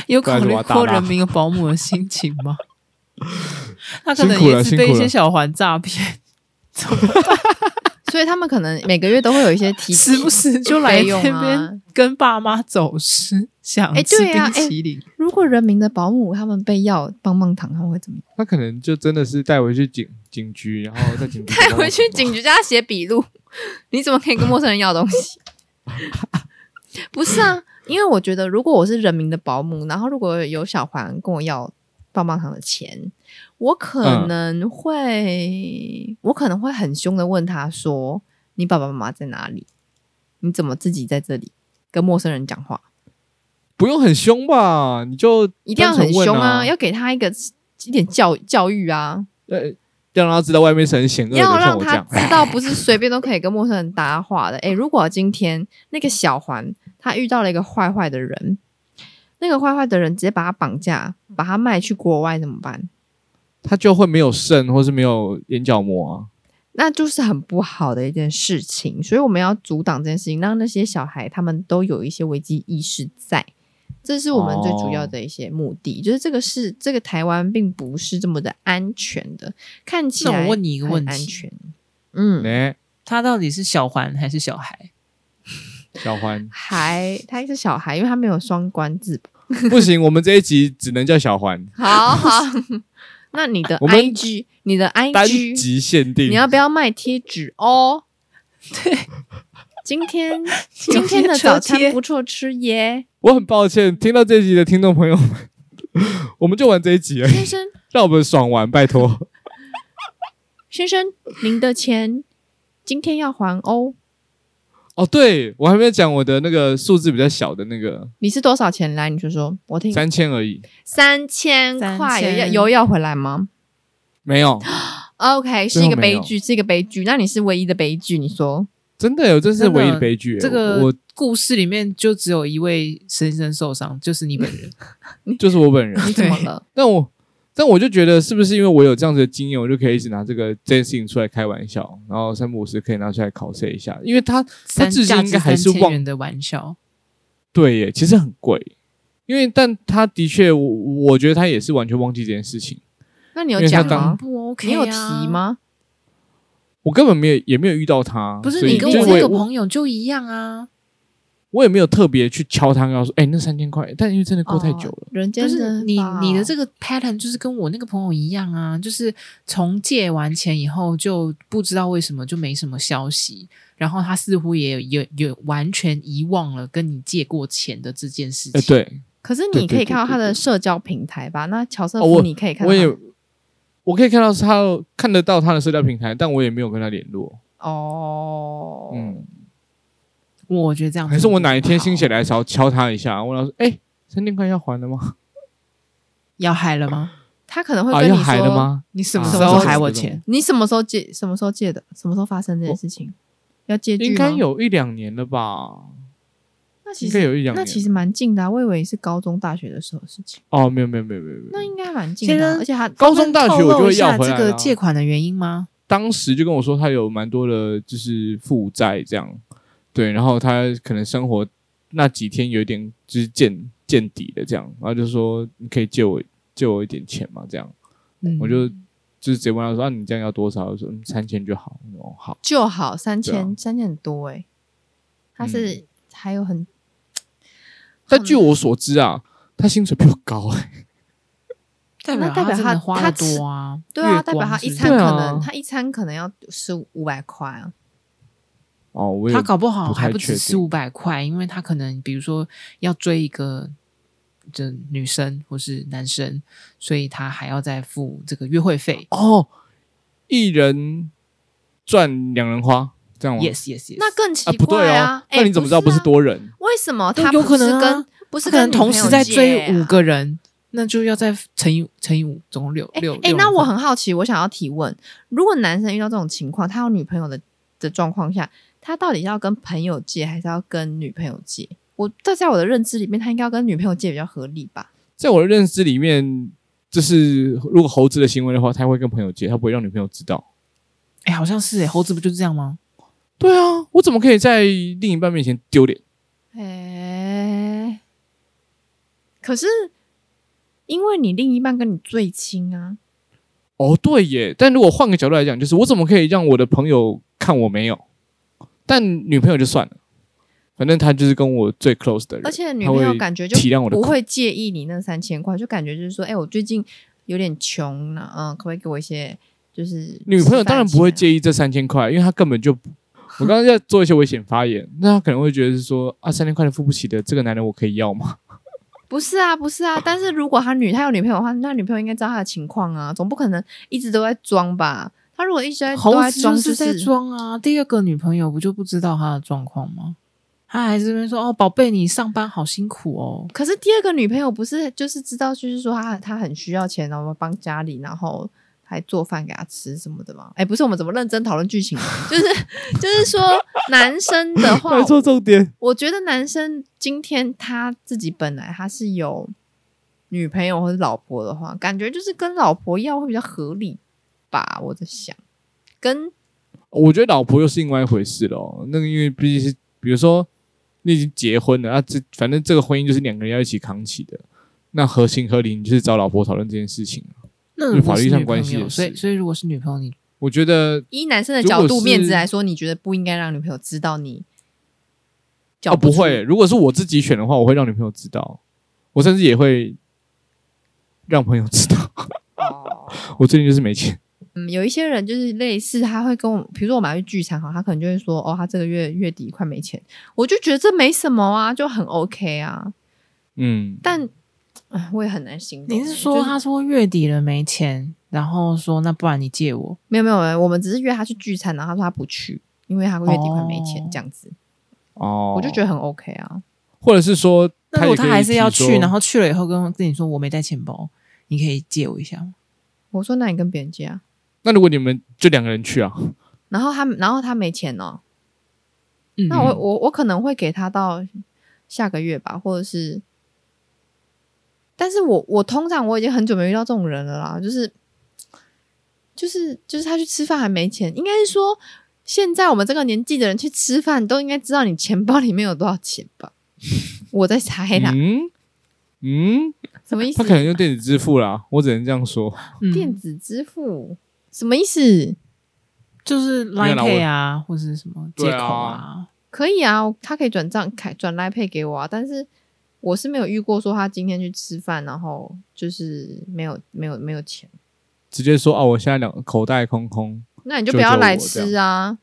S2: 有考虑
S1: 不然就挖
S2: 过
S1: 大蜡
S2: 人民的保姆的心情吗？他可
S1: 辛
S2: 能
S1: 苦了
S2: 也是
S1: 辛
S2: 被
S1: 苦
S2: 一些
S1: 了
S2: 小环诈骗，
S3: 所以他们可能每个月都会有一些 提
S2: 时不 时就来
S3: 费用
S2: 这
S3: 啊
S2: 边。 跟爸妈走失，想
S3: 哎
S2: 吃
S3: 对啊
S2: 冰淇淋。
S3: 如果人民的保姆他们被要棒棒糖，他们会怎么样？
S1: 他可能就真的是带回去警警局，然后在警 局
S3: 带回去警局叫他写笔录， 你怎么可以跟陌生人要东 西？不是啊，因为我觉得如果我是人民的保姆，然后如果有小环跟我要棒棒糖的钱，我可能会，我可能会很凶的问他说：“你爸爸妈妈在哪里？你怎么自己在这里跟陌生人讲话？”
S1: 不用很凶吧？你就
S3: 一定要很
S1: 单纯
S3: 凶
S1: 问啊，
S3: 要给他一个一点教教育啊。
S1: 呃让他知道外面是很险恶的，
S3: 要
S1: 像
S3: 让
S1: 我这
S3: 他
S1: 样。
S3: 知 道不是随便都可以跟陌生人搭话的。诶，如果今天那个小环他遇到了一个坏坏的人，那个坏坏的人直接把他绑架，把他卖去国外怎么办？
S1: 他就会没有肾，或是没有眼角膜啊。
S3: 那就是很不好的一件事情，所以我们要阻挡这件事情，让那些小孩他们都有一些危机意识在，这是我们最主要
S2: 哦
S3: 的一些目的。就是这个是这个台湾并不是这么的安全的，看起
S2: 那
S3: 来
S2: 我问你一个
S3: 很
S2: 问题
S3: 安全，嗯，
S1: 哎、
S2: 他到底是小环还是小孩？
S1: 小环
S3: 还他是小孩，因为他没有双关字。
S1: 不行，我们这一集只能叫小环，
S3: 好好， 那你的
S1: 我们
S3: IG，你的
S1: 单
S3: IG，
S1: 集限定。
S3: 你要不要卖贴纸哦？ 对，今天今天的早餐不错吃耶，
S1: 我很抱歉，听到这一集的听众朋友们， 我们就玩这一集而已，
S3: 先生
S1: 让我们爽玩，拜托。
S3: 先生，您的钱今天要还哦。
S1: 哦，对我还没有讲我的那个数字比较小的那个
S3: 你是多少钱来？你说说，我听。
S1: 三千而已，
S3: 三千
S2: 三
S3: 块，
S2: 千
S3: 有要有要回来吗
S1: 没有，
S3: ？OK，是
S1: 最后
S3: 一个
S1: 没
S3: 悲
S1: 有
S3: 剧，是一个悲剧。那你是唯一的悲剧，你说
S1: 真的有，这是
S2: 真的
S1: 唯一的悲剧、
S2: 这个
S1: 我我
S2: 故事里面就只有一位深深受伤，就是你本人。
S1: 就是我本人，
S3: 你怎么 了？
S1: 但我但我就觉得是不是因为我有这样子的经验，我就可以一直拿这个这件事情出来开玩笑，然后三不五时可以拿出来考试一下，因为 他他
S2: 三
S1: 至今
S2: 价
S1: 应
S2: 值
S1: 该还是
S2: 3000
S1: 忘
S2: 元的玩笑，
S1: 对耶，其实很贵，因为但他的确，我我觉得他也是完全忘记这件事情，
S3: 那你有
S1: 因为他
S3: 讲
S1: 当
S3: 吗？
S2: 不 OK？
S3: 你有
S2: 啊
S3: 提？吗？
S1: 我根本没有也没有遇到他，
S2: 不是
S1: 所以
S2: 你跟
S1: 就
S2: 我
S1: 我
S2: 这
S1: 也
S2: 个朋友就一样啊，
S1: 我也没有特别去敲他，跟他说，哎、那三千块，但因为真的过太久了
S3: 哦，，人间
S2: 不是你你的这
S3: 个
S2: 个 pattern 就是跟我那个朋友一样啊，就是从借完钱以后就不知道为什么就没什么消息，然后他似乎也也也完全遗忘了跟你借过钱的这件事
S1: 哎、
S2: 情。
S1: 对，
S3: 可是
S1: 对
S3: 你
S1: 对
S3: 可以
S1: 对
S3: 看到
S1: 对
S3: 他的
S1: 对
S3: 社交平台吧？那乔瑟
S1: 哦
S3: 夫你可以看到
S1: 我
S3: 他，
S1: 也我可以看到他看得到他的社交平台，但我也没有跟他联络，
S3: 哦，
S1: 嗯，
S2: 我觉得这样
S1: 还是我哪一天
S2: 心
S1: 心血来潮敲他一下，问他说，哎、三千块要还了吗？
S2: 要嗨了吗？
S3: 他可能会
S1: 啊，
S3: 跟
S1: 要
S3: 你
S1: 还了
S3: 说，
S1: 吗？
S2: 你什么
S1: 啊
S2: 时
S3: 这
S2: 候
S3: 是
S2: 还
S1: 这
S2: 我
S1: 种
S2: 钱？
S3: 你什么时候借，什么时候借的，什么时候发生这件
S1: 我
S3: 事情，要借据
S1: 应该
S3: 吗，
S1: 有一两年了吧？
S3: 那其
S1: 应该
S3: 实
S1: 有一两
S3: 那
S1: 年。
S3: 其实蛮近的啊，我以为是高中大学的时候的事情，
S1: 哦，没有没有没有没有没有，
S3: 那应该蛮近的
S2: 现
S3: 啊，
S2: 在
S3: 而且他
S1: 高中大学我就会要回来
S2: 这
S1: 了
S2: 个
S1: 啊
S2: 借款的原因吗？
S1: 当时就跟我说他有蛮多的，就是负债这样，对，然后他可能生活那几天有一点就是见见底的这样，然后就说你可以借我借我一点钱嘛，这样，
S2: 嗯，
S1: 我就就是直接问他说啊，你这样要多少？我说嗯，三千就好，我说哦好，
S3: 就好，三
S1: 对啊嗯
S3: 千三千很多哎，他是还有很，
S1: 但据
S3: 嗯
S1: 我所知啊，他薪水比我高、欸，
S2: 代
S3: 那
S2: 表
S3: 代表
S2: 真
S3: 他
S2: 的花
S3: 他
S2: 的多啊，
S3: 对啊，
S2: 月
S3: 代表
S2: 光
S3: 他
S2: 是
S3: 一
S2: 不是
S3: 餐可
S1: 对啊
S3: 能他一餐可能要是五百块啊，
S1: 哦，我也
S2: 他搞不好
S1: 不太
S2: 还不
S1: 确
S2: 止
S1: 定
S2: 四五百块，因为他可能比如说要追一个这女生或是男生，所以他还要再付这个约会费。
S1: 哦，一人赚两人花这样吗
S2: Yes, yes, yes。
S3: 那更
S1: 啊
S3: 奇
S1: 不对
S3: 怪
S1: 哦，
S3: 哎
S1: 那你怎么知道不
S3: 不
S1: 是
S3: 啊？
S1: 多人？
S3: 为什么
S2: 对
S3: 他
S2: 有
S3: 不
S2: 可
S3: 是
S2: 能啊
S3: 跟不是
S2: 他可能
S3: 跟女
S2: 同
S3: 朋
S2: 时
S3: 友
S2: 在
S3: 借
S2: 追五
S3: 啊？
S2: 个人，那就要再乘以乘以五，总共六
S3: 哎
S2: 六。
S3: 哎，
S2: 六
S3: 那
S2: 人
S3: 我
S2: 份
S3: 很好奇，我想要提问：如果男生遇到这种情况，他有女朋友的的状况下，他到底要跟朋友借，还是要跟女朋友借？我这在我的认知里面，他应该要跟女朋友借比较合理吧？
S1: 在我的认知里面，就是如果猴子的行为的话，他会跟朋友借，他不会让女朋友知道。
S2: 哎、好像是哎、猴子不就是这样吗？
S1: 对啊，我怎么可以在另一半面前丢脸？
S3: 哎，可是因为你另一半跟你最亲啊，
S1: 哦，对耶。但如果换个角度来讲，就是我怎么可以让我的朋友看我没有？但女朋友就算了，反正她就是跟我最 close 的人，
S3: 而且女朋友感觉就
S1: 她会体谅我的
S3: 不
S1: 苦。
S3: 会介意你那三千块，就感觉就是说，哎、我最近有点穷了，嗯，可不可以给我一些就是
S1: 女朋友当然不会
S3: 意。
S1: 介意这三千块，因为她根本就不……我刚刚要做一些危险发言，那她可能会觉得是说啊，三千块钱付不起的，这个男人我可以要吗？
S3: 不是啊，不是啊，但是如果他女他有女朋友的话，那女朋友应该知道他的情况啊，总不可能一直都在装吧？他如果一直在
S2: 猴
S3: 都在
S2: 子
S3: 装，
S2: 啊就
S3: 就是
S2: 在
S3: 是
S2: 装啊。第二个女朋友不就不知道他的状况吗？他还这边说哦，宝贝，你上班好辛苦哦。
S3: 可是第二个女朋友不是就是知道，就是说她她很需要钱，然后帮家里，然后还做饭给她吃什么的吗？哎，不是，我们怎么认真讨论剧情？啊就是就是说，男生的话，
S1: 没错，重点。
S3: 我觉得男生今天他自己本来他是有女朋友或者老婆的话，感觉就是跟老婆要会比较合理吧。我在想，跟
S1: 我觉得老婆又是另外一回事咯。那个因为毕竟是，比如说你已经结婚了，那、啊这反正这个婚姻就是两个人要一起扛起的，那合情合理，你就是找老婆讨论这件事情。
S2: 那如果
S1: 法
S2: 是
S1: 律
S2: 女
S1: 上
S2: 朋
S1: 关系
S2: 友
S1: 也
S2: 所以
S1: 是
S2: 所以如果是女朋友，你
S1: 我觉得
S3: 以男生的
S1: 如果
S3: 角度
S1: 是
S3: 面子来说，你觉得不应该让女朋友知道你
S1: 哦
S3: 缴
S1: 不
S3: 出
S1: 会，如果是我自己选的话，我会让女朋友知道，我甚至也会让朋友知道，
S3: 哦。
S1: 我最近就是没钱。
S3: 嗯，有一些人就是类似，他会跟我，比如说我们要去聚餐哈，他可能就会说，哦，他这个月月底快没钱，我就觉得这没什么啊，就很 OK 啊。
S1: 嗯，
S3: 但，哎，我也很难形容欸。
S2: 你是说
S3: 就
S2: 他说月底了没钱，然后说那不然你借我？
S3: 没有没有，没有我们只是约他去聚餐，然后他说他不去，因为他月底快没钱、
S2: 哦
S3: 这样子，
S1: 哦，
S3: 我就觉
S1: 得，
S3: 得很 OK 啊。
S1: 或者是说，
S2: 那如果
S1: 他也可
S2: 他
S1: 以
S2: 还是要
S1: 提说
S2: 去，然后去了以后跟我跟你说我没带钱包，你可以借我一下吗？
S3: 我说那你跟别人借啊，
S1: 那如果你们就两个人去啊，
S3: 然后他然后他没钱哦，
S2: 嗯，
S3: 那我我我可能会给他到下个月吧，或者是，但是我我通常我已经很久没遇到这种人了啦，就是就是就是他去吃饭还没钱，应该是说现在我们这个年纪的人去吃饭都应该知道你钱包里面有多少钱 吧？我在猜啦，
S1: 嗯嗯，
S3: 什么意思
S1: 他？可能用电子支付啦，我只能这样说。
S2: 嗯
S3: 电子支付什么意思？
S2: 就是 Line
S1: 啦我
S2: Pay 啊，或者什么借
S1: 对
S2: 口
S1: 啊
S2: 啊，
S3: 可以啊，他可以转账开转来配给我啊，但是我是没有遇过说他今天去吃饭，然后就是没有没有没有钱，
S1: 直接说哦，我现在两口袋空空。
S3: 那你就
S1: 救
S3: 不要
S1: 救
S3: 来
S1: 我这样
S3: 吃啊。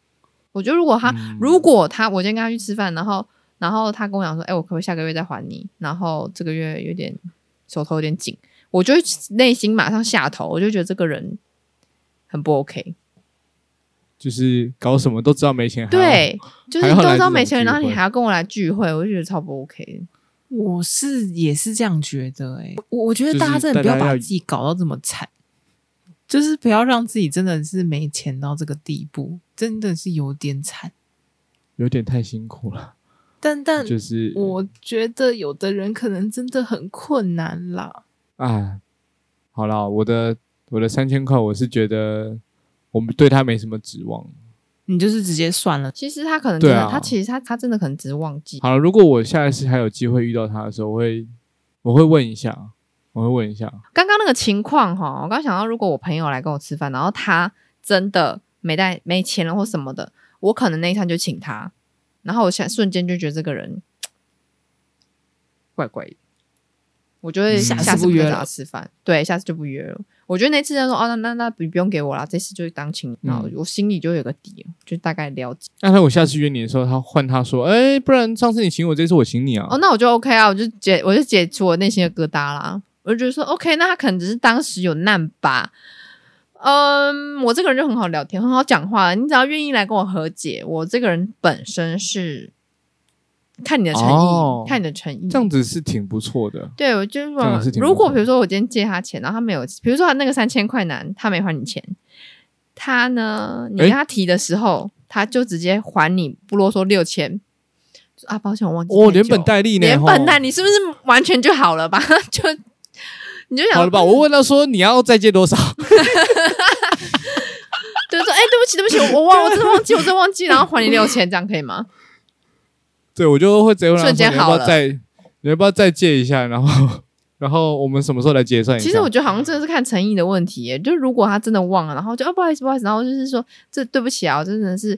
S3: 我觉得如果他、
S1: 嗯
S3: 如果他我今天跟他去吃饭，然后然后他跟我讲说，哎、我可不可以下个月再还你？然后这个月有点手头有点紧，我就会内心马上下头，我就觉得这个人很不 OK。
S1: 就是搞什么都知道没钱，还要，
S3: 对，就是
S1: 还要
S3: 你都
S1: 来
S3: 知道
S1: 这
S3: 没
S1: 种
S3: 钱，
S1: 聚
S3: 然后你
S1: 会
S3: 还要跟我来聚会，我就觉得超不 OK 的。
S2: 我是也是这样觉得、欸，哎，我我觉
S1: 就
S2: 得
S1: 是
S2: 大家真的不
S1: 大家
S2: 把
S1: 要
S2: 自己搞到这么惨，就是不要让自己真的是没钱到这个地步，真的是有点惨。
S1: 有点太辛苦了，
S2: 但但
S1: 就是
S2: 我觉得有的人可能真的很困难啦。
S1: 啊，好啦，我的我的三千块，我是觉得我们对他没什么指望。
S2: 你就是直接算了，
S3: 其实他可能真的，
S1: 对啊
S3: 他其实他他真的可能只是忘记。
S1: 好了，如果我下一次还有机会遇到他的时候，我会我会问一下，我会问一下，
S3: 刚刚那个情况哈，我刚想到，如果我朋友来跟我吃饭，然后他真的没带没钱了或什么的，我可能那一餐就请他，然后我想瞬间就觉得这个人怪怪的，我就会
S1: 嗯
S3: 下
S1: 下次
S3: 次
S2: 不约
S3: 再找
S2: 了
S3: 他吃饭，对，下次就不约了。我觉得那次他说哦，那那那不用给我啦，这次就当请你，
S1: 嗯
S3: 然后我心里就有个底了，就大概了解。
S1: 那他我下次约你的时候，他换他说，哎、不然上次你请我，这次我请你啊。
S3: 哦，那我就 OK 啊，我就解我就解除我内心的疙瘩啦。我就觉得说 OK，那他可能只是当时有难吧。嗯，我这个人就很好聊天，很好讲话，你只要愿意来跟我和解，我这个人本身是看你的诚意，
S1: 哦
S3: 看你的诚意。
S1: 这样子是挺不错的，
S3: 对，我就是
S1: 样是挺不
S3: 如果
S1: 错
S3: 比如说我今天借他钱，然后他没有，比如说他那个三千块男，他没还你钱，他呢，你
S1: 诶
S3: 跟他提的时候，他就直接还你不啰嗦六千。就啊，抱歉，我忘记
S1: 哦，
S3: 太
S1: 连
S3: 久
S1: 本
S3: 了
S1: 带利呢，
S3: 连本带，
S1: 利。
S3: 你是不是完全就好了吧？ 就你就想
S1: 好了吧？我问他说你要再借多少？
S3: 对说，哎、对不起，对不起，我忘，我真的忘记，我真的忘记，然后还你六千，这样可 以吗？
S1: 对我就会直接问他说
S3: 瞬间
S1: 你要不
S3: 好
S1: 要
S3: 了
S1: 再你要不要再借一下？然后 然后我们什么时候来结算一下？
S3: 其实我觉得好像真的是看诚意的问题耶。就如果他真的忘了，然后就啊不好意思，不好意思，然后就是说这对不起啊，我真的是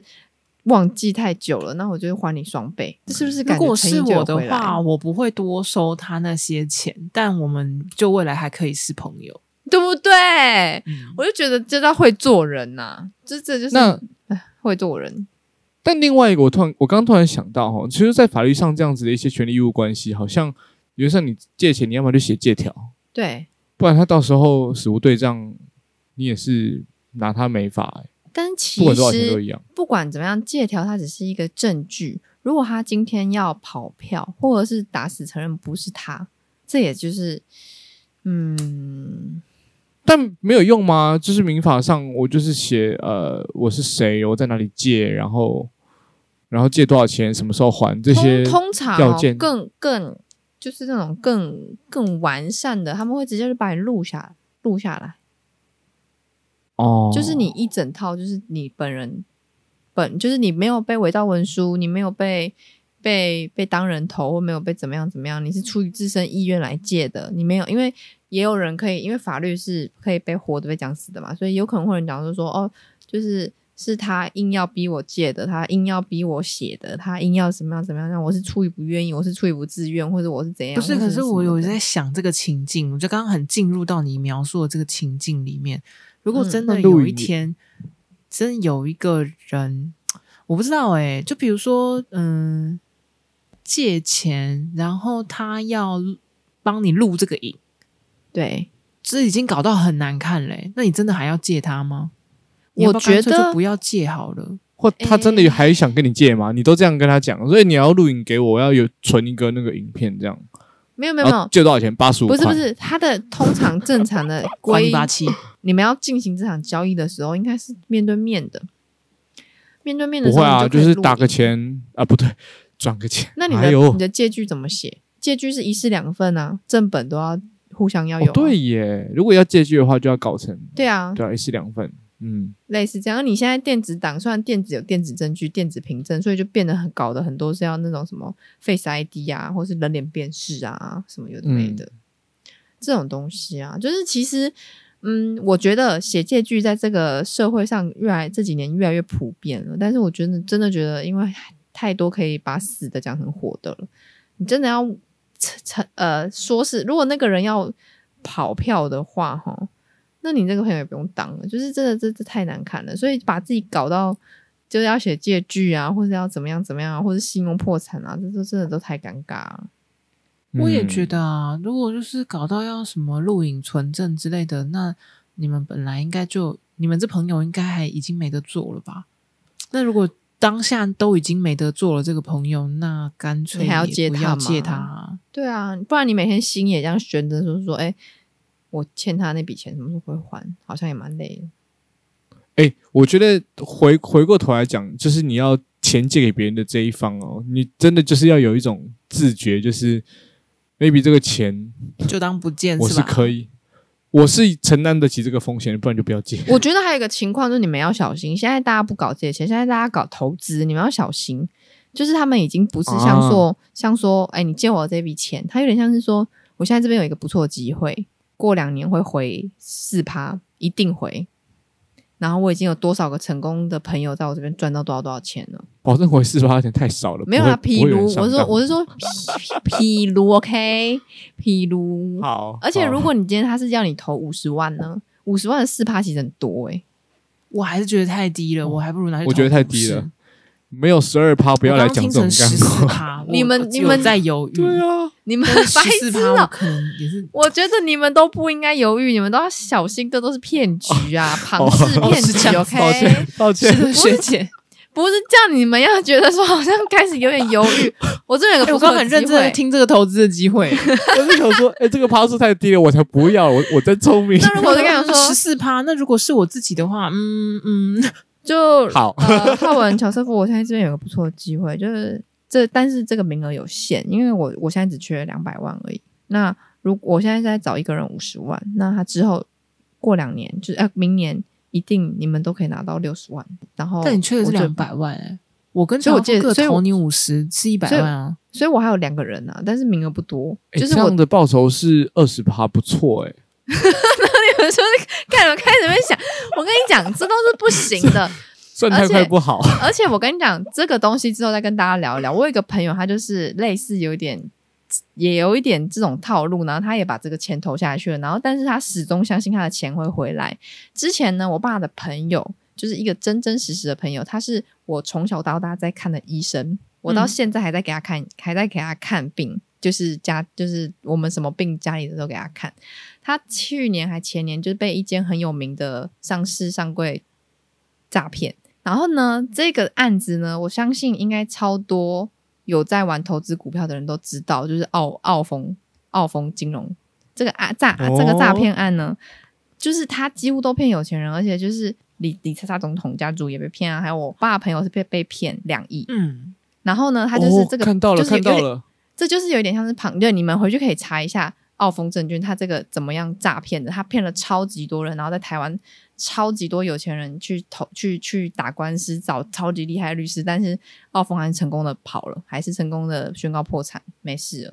S3: 忘记太久了，那我就还你双倍，这是不是
S2: 如
S3: 感觉
S2: 果
S3: 诚意
S2: 是
S3: 就有
S2: 我的
S3: 回来
S2: 话，，我不会多收他那些钱，但我们就未来还可以是朋友。
S3: 对不对？我就觉得这叫会做人呐、这这就是
S1: 那
S3: 会做人。
S1: 但另外一个，我突然我刚突然想到哈，其实，在法律上这样子的一些权利义务关系，好像比如像你借钱，你要么就写借条，
S3: 对，
S1: 不然他到时候死无对证，你也是拿他没法、欸，
S3: 但其
S1: 不管多少钱
S3: 实
S1: 都一样。
S3: 不管怎么样，借条它只是一个证据。如果他今天要跑票，或者是打死承认不是他，这也就是，嗯，
S1: 但没有用吗？就是民法上，我就是写呃我是谁，我在哪里借，然后然后借多少钱，什么时候还这些
S3: 通通常、
S1: 条
S3: 哦
S1: 件、
S3: 更更就是那种更更完善的，他们会直接就把你录下录下来，
S1: 哦，
S3: 就是你一整套，就是你本人本，就是你没有被伪造文书，你没有被被被当人头，或没有被怎么样怎么样，你是出于自身意愿来借的，你没有，因为也有人可以，因为法律是可以被活的被讲死的嘛，所以有可能会有人讲就说哦，就是。是他硬要逼我借的，他硬要逼我写的，他硬要怎么样怎么样，那我是出于不愿意，我是出于不自愿，或者我是怎样？
S2: 不是，
S3: 或者
S2: 可是
S3: 什
S2: 我
S3: 么
S2: 有
S3: 的
S2: 在想这个情境，我就刚刚很进入到你描述的这个情境里面。如果
S3: 嗯
S2: 真
S1: 那
S2: 的
S1: 录
S2: 有一
S1: 影也
S2: 天，真有一个人，我不知道哎、就比如说，嗯，借钱，然后他要帮你录这个影，
S3: 对，
S2: 这已经搞到很难看嘞、那你真的还要借他吗？你要
S3: 我
S2: 不要干
S3: 觉
S2: 脆就
S3: 得
S2: 不要借好了。
S1: 或他真的
S3: 诶
S1: 还想跟你借吗？你都这样跟他讲，所以你要录影给我，我要有存一个那个影片这样。
S3: 没有没
S1: 没
S3: 有没有，
S2: 哦
S1: 借多少钱？八十五
S3: 不是不是，他的通常正常的
S2: 还
S3: 规
S2: 你，八七，
S3: 你们要进行这场交易的时候，应该是面对面的。面对面的
S1: 不
S3: 时候
S1: 会啊，
S3: 你
S1: 就
S3: 可以
S1: 是
S3: 录
S1: 打个
S3: 影。
S1: 钱啊，不对， 转个钱。
S3: 那你的、
S1: 哎呦
S3: 你的借据怎么写？借据是一式两份啊，正本都要互相要有
S1: 哦
S3: 啊、
S1: 对耶，如果要借据的话，就要搞成
S3: 对啊，
S1: 对啊，一式两份。嗯，
S3: 类似这样。你现在电子档虽然电子有电子证据、电子凭证，所以就变得很搞得很多是要那种什么 Face ID 啊，或是人脸辨识啊，什么有的没的、这种东西啊，就是其实。嗯，我觉得写借据在这个社会上越来这几年越来越普遍了，但是我觉得真的觉得，因为太多可以把死的讲成活的了，你真的要成呃说是，如果那个人要跑票的话，哈，那你这个朋友也不用当了，就是真的，这这太难看了，所以把自己搞到就是要写借据啊，或者要怎么样怎么样啊，或者信用破产啊，这都真的都太尴尬了。
S2: 我也
S1: 嗯
S2: 觉得啊，如果就是搞到要什么录影存证之类的，那你们本来应该就你们这朋友应该还已经没得做了吧？那如果当下都已经没得做了，这个朋友，那干脆
S3: 你还要
S2: 也
S3: 接
S2: 不
S3: 他
S2: 要
S3: 吗
S2: 借他啊。
S3: 对啊，不然你每天心也这样悬着，说说，哎、我欠他那笔钱什么时候会还？好像也蛮累的。
S1: 哎、我觉得回回过头来讲，就是你要钱借给别人的这一方哦，你真的就是要有一种自觉，就是 maybe 这个钱
S2: 就当不见
S1: 我是
S2: 吧？
S1: 可以，我是承担得起这个风险，不然就不要借。
S3: 我觉得还有一个情况就是你们要小心，现在大家不搞借钱，现在大家搞投资，你们要小心。就是他们已经不是像
S1: 啊
S3: 说、像说，哎、你借我这笔钱，他有点像是说，我现在这边有一个不错的机会，过两年会回四趴，一定回。然后我已经有多少个成功的朋友在我这边赚到多少多少钱了？
S1: 保证回四八有点太少了，
S3: 没有
S1: 不会
S3: 啦，
S1: 不
S3: 譬
S1: 会有人
S3: 如我是
S1: 上
S3: 说
S1: 当
S3: 我是说， 譬如 OK，譬如
S1: 好，
S3: 而且
S1: 好
S3: 如果你今天他是要你投五十万呢，五十万的四趴其实很多哎、
S2: 我还是觉得太低了，我还不如拿去
S1: 我觉得
S2: 投
S1: 太
S2: 股
S1: 低
S2: 市
S1: 了，没有十二趴，不要来讲这种
S2: 十
S1: 干
S2: 四
S1: 货。
S2: 趴，
S3: 你们
S2: 我
S3: 你们
S2: 有在犹豫，
S1: 对啊，
S3: 你们
S2: 十
S3: 白
S2: 四
S3: 痴
S2: 趴我
S3: 了。
S2: 可能也 是
S3: 我觉得你们都不应该犹豫，你们都要小心，这都是骗局啊，庞氏
S2: 哦
S3: 骗
S2: 是这
S3: 局。
S2: 样
S3: OK，
S1: 抱歉，抱歉
S2: 是。的，学姐，
S3: 不是这样，你们要觉得说好像开始有点犹豫。 我这边有
S2: 哎
S3: 个
S2: 我
S3: 不
S2: 刚刚
S3: 错的
S2: 很
S3: 机会
S2: 认真的听这个投资的机会。
S1: 我就想说，哎、这个趴数太低了，我才不要，我我真聪明。
S3: 那如果我就跟你
S2: 十
S3: 说，
S2: 四趴，那如果是我自己的话，嗯嗯，
S3: 就
S1: 好
S3: 呃，浩文、乔师傅，我现在这边有个不错的机会，就是这，但是这个名额有限，因为我我现在只缺两百万而已。那如果我现在在找一个人五十万，那他之后过两年，就是呃明年一定你们都可以拿到六十万。然后，
S2: 但你缺的是
S3: 哦我就
S2: 两，百万哎，我跟
S3: 所以
S2: 乔
S3: 我
S2: 峰
S3: 借
S2: 各
S3: 所以我
S2: 投你五十是一百万啊，
S3: 所以我还有两个人啊，但是名额不多，
S1: 哎
S3: 就是
S1: 这
S3: 我
S1: 样的报酬是二十趴，不错哎、
S3: 你们说是干什么开始在想，我跟你讲，这都是不行的。
S1: 算太快不好。
S3: 而且我跟你讲，这个东西之后再跟大家聊一聊。我有一个朋友，他就是类似有一点，也有一点这种套路，然后他也把这个钱投下去了，然后但是他始终相信他的钱会回来。之前呢，我爸的朋友就是一个真真实实的朋友，他是我从小到大在看的医生，我到
S2: 嗯
S3: 现在还在给他看，还在给他看病，就是家就是我们什么病家里的都给他看。他去年还前年就是被一间很有名的上市上柜诈骗。然后呢，这个案子呢，我相信应该超多有在玩投资股票的人都知道，就是澳澳丰澳丰金融这个啊诈
S1: 哦
S3: 这个诈骗案呢，就是他几乎都骗有钱人，而且就是李李查查总统家族也被骗啊，还有我爸朋友是被被骗两亿。
S2: 嗯，
S3: 然后呢，他就是这
S1: 哦、
S3: 个、
S1: 看到了，
S3: 就是有
S1: 看到
S3: 点
S1: 了，
S3: 这就是有点像是庞，对，你们回去可以查一下澳丰证券，他这个怎么样诈骗的？他骗了超级多人，然后在台湾超级多有钱人去投去去打官司，找超级厉害的律师，但是澳丰还是成功的跑了，还是成功的宣告破产，没事了，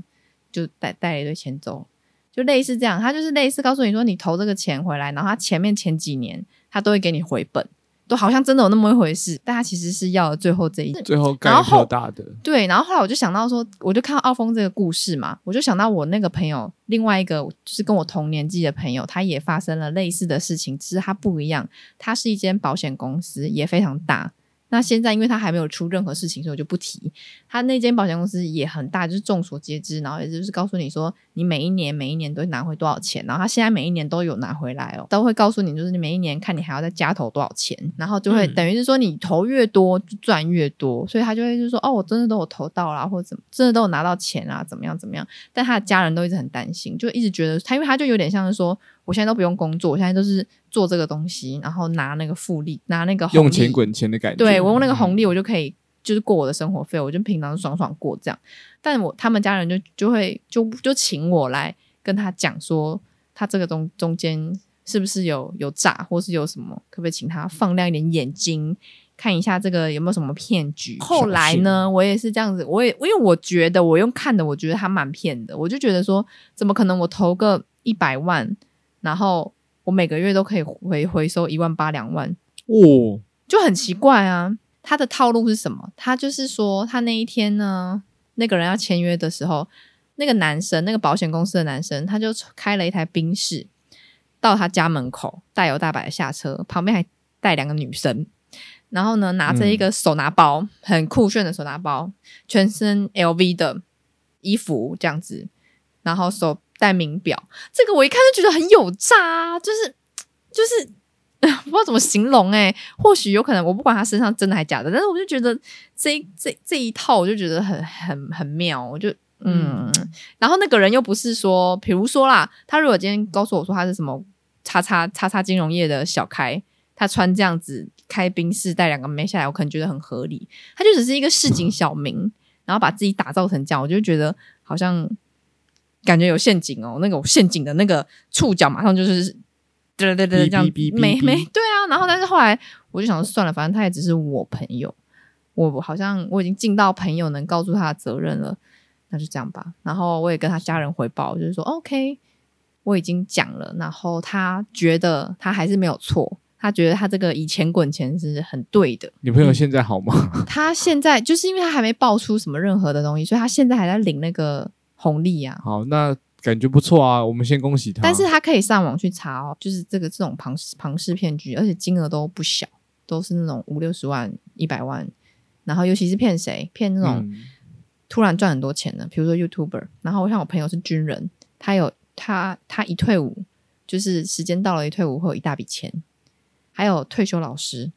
S3: 就带带了一堆钱走。就类似这样，他就是类似告诉你说，你投这个钱回来，然后他前面前几年他都会给你回本，都好像真的有那么一回事，但他其实是要了最后这一
S1: 最后盖
S3: 然
S1: 比较
S3: 后
S1: 大的。
S3: 对，然后后来我就想到说，我就看到奥峰这个故事嘛，我就想到我那个朋友，另外一个就是跟我同年纪的朋友，他也发生了类似的事情，只是他不一样，他是一间保险公司，也非常大。那现在因为他还没有出任何事情，所以我就不提。他那间保险公司也很大，就是众所皆知，然后也就是告诉你说，你每一年每一年都会拿回多少钱，然后他现在每一年都有拿回来哦，都会告诉你，就是你每一年看你还要再加投多少钱，然后就会
S2: 嗯
S3: 等于是说你投越多就赚越多，所以他就会就说哦，我真的都有投到啦，或者怎么真的都有拿到钱啊，怎么样怎么样，但他的家人都一直很担心，就一直觉得他，因为他就有点像是说，我现在都不用工作，我现在都是做这个东西，然后拿那个复利，拿那个红
S1: 用钱
S3: 利
S1: 滚钱的感觉，嗯
S3: 对我用那个红利，我就可以就是过我的生活费，我就平常爽爽过这样。但我他们家人就就会就就请我来跟他讲说，他这个中中间是不是有有诈，或是有什么，可不可以请他放亮一点眼睛，看一下这个有没有什么骗局。后来呢，我也是这样子，我也因为我觉得我用看的，我觉得他蛮骗的，我就觉得说，怎么可能我投个一百万，然后我每个月都可以回回收一万八两万，
S1: 哦，
S3: 就很奇怪啊。他的套路是什么？他就是说，他那一天呢，那个人要签约的时候，那个男生，那个保险公司的男生，他就开了一台宾士到他家门口，大摇大摆的下车，旁边还带两个女生。然后呢，拿着一个手拿包，很酷炫的手拿包，全身 LV 的衣服这样子，然后手戴名表，这个我一看就觉得很有诈啊，就是就是 不知道怎么形容哎、或许有可能我不管他身上真的还假的，但是我就觉得这一这这一套我就觉得很很很妙，我就嗯，然后那个人又不是说，比如说啦，他如果今天告诉我说他是什么叉叉叉叉金融业的小开，他穿这样子开宾士带两个妹下来，我可能觉得很合理，他就只是一个市井小民，然后把自己打造成这样，我就觉得好像感觉有陷阱哦，那个陷阱的那个触角马上就是。对对对，
S1: 哔
S3: 这样
S1: 哔哔
S3: 没
S1: 哔
S3: 没对啊，然后但是后来我就想说算了，反正他也只是我朋友，我我好像我已经尽到朋友能告诉他的责任了，那就这样吧。然后我也跟他家人汇报，就是说 OK，我已经讲了，然后他觉得他还是没有错，他觉得他这个以钱滚钱是很对的。
S1: 女朋友现在好吗？
S3: 他现在就是因为他还没爆出什么任何的东西，所以他现在还在领那个红利啊。
S1: 好，那感觉不错啊，我们先恭喜她。
S3: 但是他可以上网去查哦，就是这个这种庞氏庞氏骗局，而且金额都不小，都是那种五六十万、一百万，然后尤其是骗谁，骗那种
S1: 嗯
S3: 突然赚很多钱的，比如说 YouTuber。然后我像我朋友是军人，他有他他一退伍，就是时间到了一退伍会有一大笔钱，还有退休老师，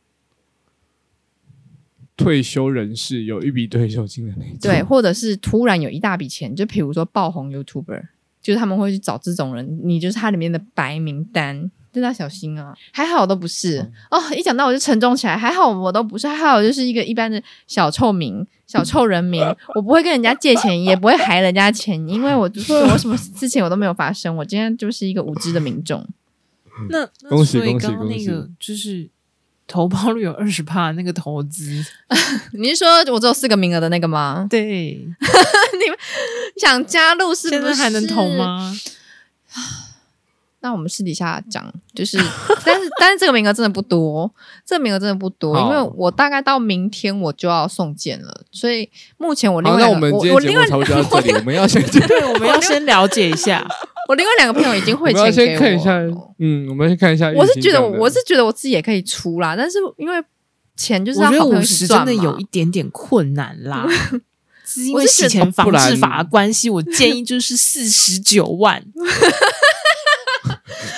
S1: 退休人士有一笔退休金的那种，
S3: 对，或者是突然有一大笔钱，就比如说爆红 YouTuber，就是他们会去找这种人，你就是他里面的白名单，真的要小心啊！还好我都不是哦，一讲到我就沉重起来。还好我都不是，还好我就是一个一般的小臭民、小臭人 民，我不会跟人家借钱，也不会还人家钱，因为我 就是我什么事情我都没有发生，我今天就是一个无知的民众。
S2: 那那
S1: 恭喜
S2: 所以
S1: 恭喜
S2: 刚刚
S1: 恭
S2: 那
S1: 喜
S2: 个就是投保率有二十趴那个投 资，
S3: 你是说我只有四个名额的那个吗？
S2: 对，
S3: 想加入是不
S2: 现
S3: 是
S2: 在还能投？ 吗？
S3: 那我们私底下讲，
S1: 嗯
S3: 就是， 但是但是这个名额真的不多，这个名额真的不多，因
S1: 好
S3: 为我大概到明天我就要送件了，所以目前我另
S1: 好，
S3: 外
S1: 那我
S3: 两个
S1: 们今
S3: 我
S1: 天节
S3: 我另
S1: 目差不
S3: 外
S1: 多到这里， 我们要先去，
S2: 对，我们要先了解一下。
S3: 我另外两个朋友已经
S1: 我
S3: 汇
S1: 们要
S3: 钱给
S1: 先
S3: 哦
S1: 看一下，嗯，我们要先看一下。
S3: 我是觉得我我
S1: 是。
S3: 是觉得我自己也可以出啦，但是因为钱 就是
S2: 我
S3: 让
S2: 觉得
S3: 好朋友
S2: 五
S3: 一起
S2: 十
S3: 赚
S2: 真
S3: 嘛
S2: 的有一点点困难 啦，是因为
S3: 我是觉
S2: 洗
S3: 得
S2: 钱防
S1: 不然
S2: 治法的关系，我建议就是四十九 万。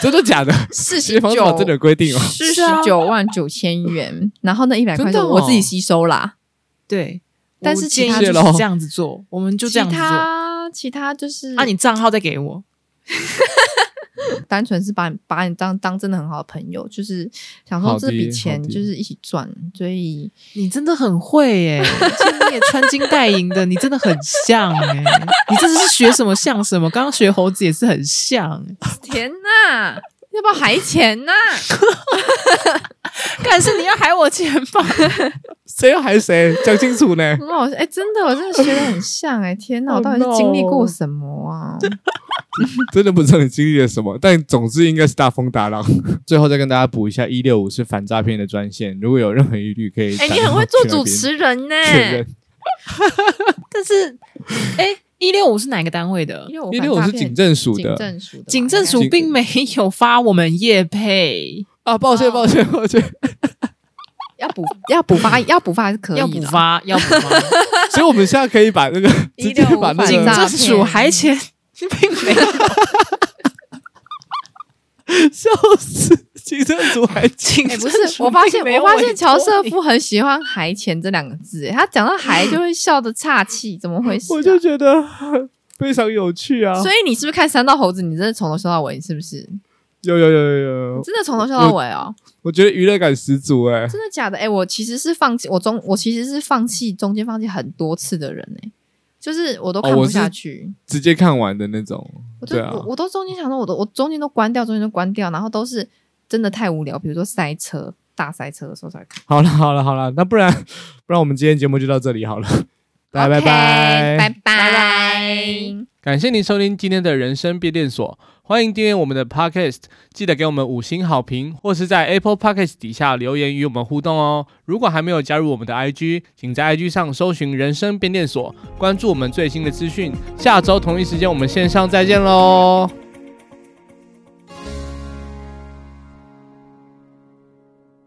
S1: 真的假的？
S3: 四
S1: 其实
S3: 十
S1: 房法
S3: 九
S1: 真的有规定哦，
S3: 四
S2: 是
S3: 十
S2: 啊
S3: 九万九千元，然后那一百块
S1: 真的
S3: 钱
S1: 哦
S3: 我自己吸收啦，
S2: 对，
S3: 但
S2: 我
S3: 是其
S2: 建议
S3: 他
S2: 就是
S1: 咯
S2: 这样子做，我们就
S3: 其
S2: 这样子做。啊，
S3: 他其他就是
S1: 啊
S2: 你账号再给我。
S3: 单纯是把你把你当当真的很好的朋友，就是想说
S1: 好
S3: 这笔
S1: 的
S3: 钱
S1: 好的
S3: 就是一起赚，所以
S2: 你真的很会耶、而且你也穿金戴银的，你 真的很像哎、你这是学什么像什么？刚刚学猴子也是很像、欸，
S3: 天呐，要不要还钱 呐？
S2: 但是你要还我钱吧？
S1: 谁要还谁，讲清楚呢。
S3: 很好笑，哎、真的，我真的学的很像哎、天呐，我到底是经历过什么啊？
S1: 真的不知道你经历了什么，但总之应该是大风大浪。 最后再跟大家补一下，一六五是反诈骗的专线，如果有任何疑虑可以。
S3: 哎、你很会做主持哎人呢、
S1: 确认。
S2: 但是，哎、一六五是哪个单位的？
S3: 因为
S1: 一六五
S3: 反
S1: 是
S3: 诈骗
S1: 警政署
S3: 警
S1: 的
S3: 政署的吧，
S2: 警政署
S1: 警
S2: 并没有发我们业配，
S1: 啊，抱歉
S3: 哦
S1: 抱歉抱歉，
S3: 要补要补发要补发还是可以的
S2: 要补。发，要补发。
S1: 所以我们现在可以把 那个直接
S3: 165
S1: 把那
S2: 警
S3: 反
S1: 个
S3: 诈
S2: 政署还钱并没有，
S1: 笑死，警政署还
S2: 警
S3: 哎、
S2: 政
S3: 不是，
S2: 署
S3: 我发现
S2: 并没有
S3: 我发现
S2: 委托
S3: 乔瑟
S2: 你
S3: 夫很喜欢“还钱”这两个字，哎，他讲到“还”就会笑得岔气，怎么回事啊、
S1: 我就觉得 非常有趣啊。
S3: 所以你是不是看《三道猴子》？你真的从头笑到尾，是不是？
S1: 有有有有有，
S3: 真的从头笑到尾哦？
S1: 我觉得娱乐感十足哎。
S3: 真的假的？哎、我其实是放弃，我中我其实是放弃中间放弃很多次的人哎、就是我都看
S1: 哦我
S3: 不
S1: 是
S3: 下去，
S1: 直接看完的那种。
S3: 我都
S1: 对啊
S3: 我我都中间想说，我都我中间都关掉，中间都关掉，然后都是真的太无聊，比如说塞车、大塞车的时候才看。
S1: 好了好了好了，那不然不然我们今天节目就到这里好了，大家拜
S3: OK，
S1: 拜
S3: 拜
S2: 拜
S3: 拜
S2: 拜。
S1: 感谢您收听今天的人生变电所，欢迎订阅我们的 Podcast，记得给我们五星好评，或是在 Apple Podcast 底下留言与我们互动哦。如果还没有加入我们的 IG，请在 IG 上搜寻“人生变电所”，关注我们最新的资讯。下周同一时间我们线上再见喽！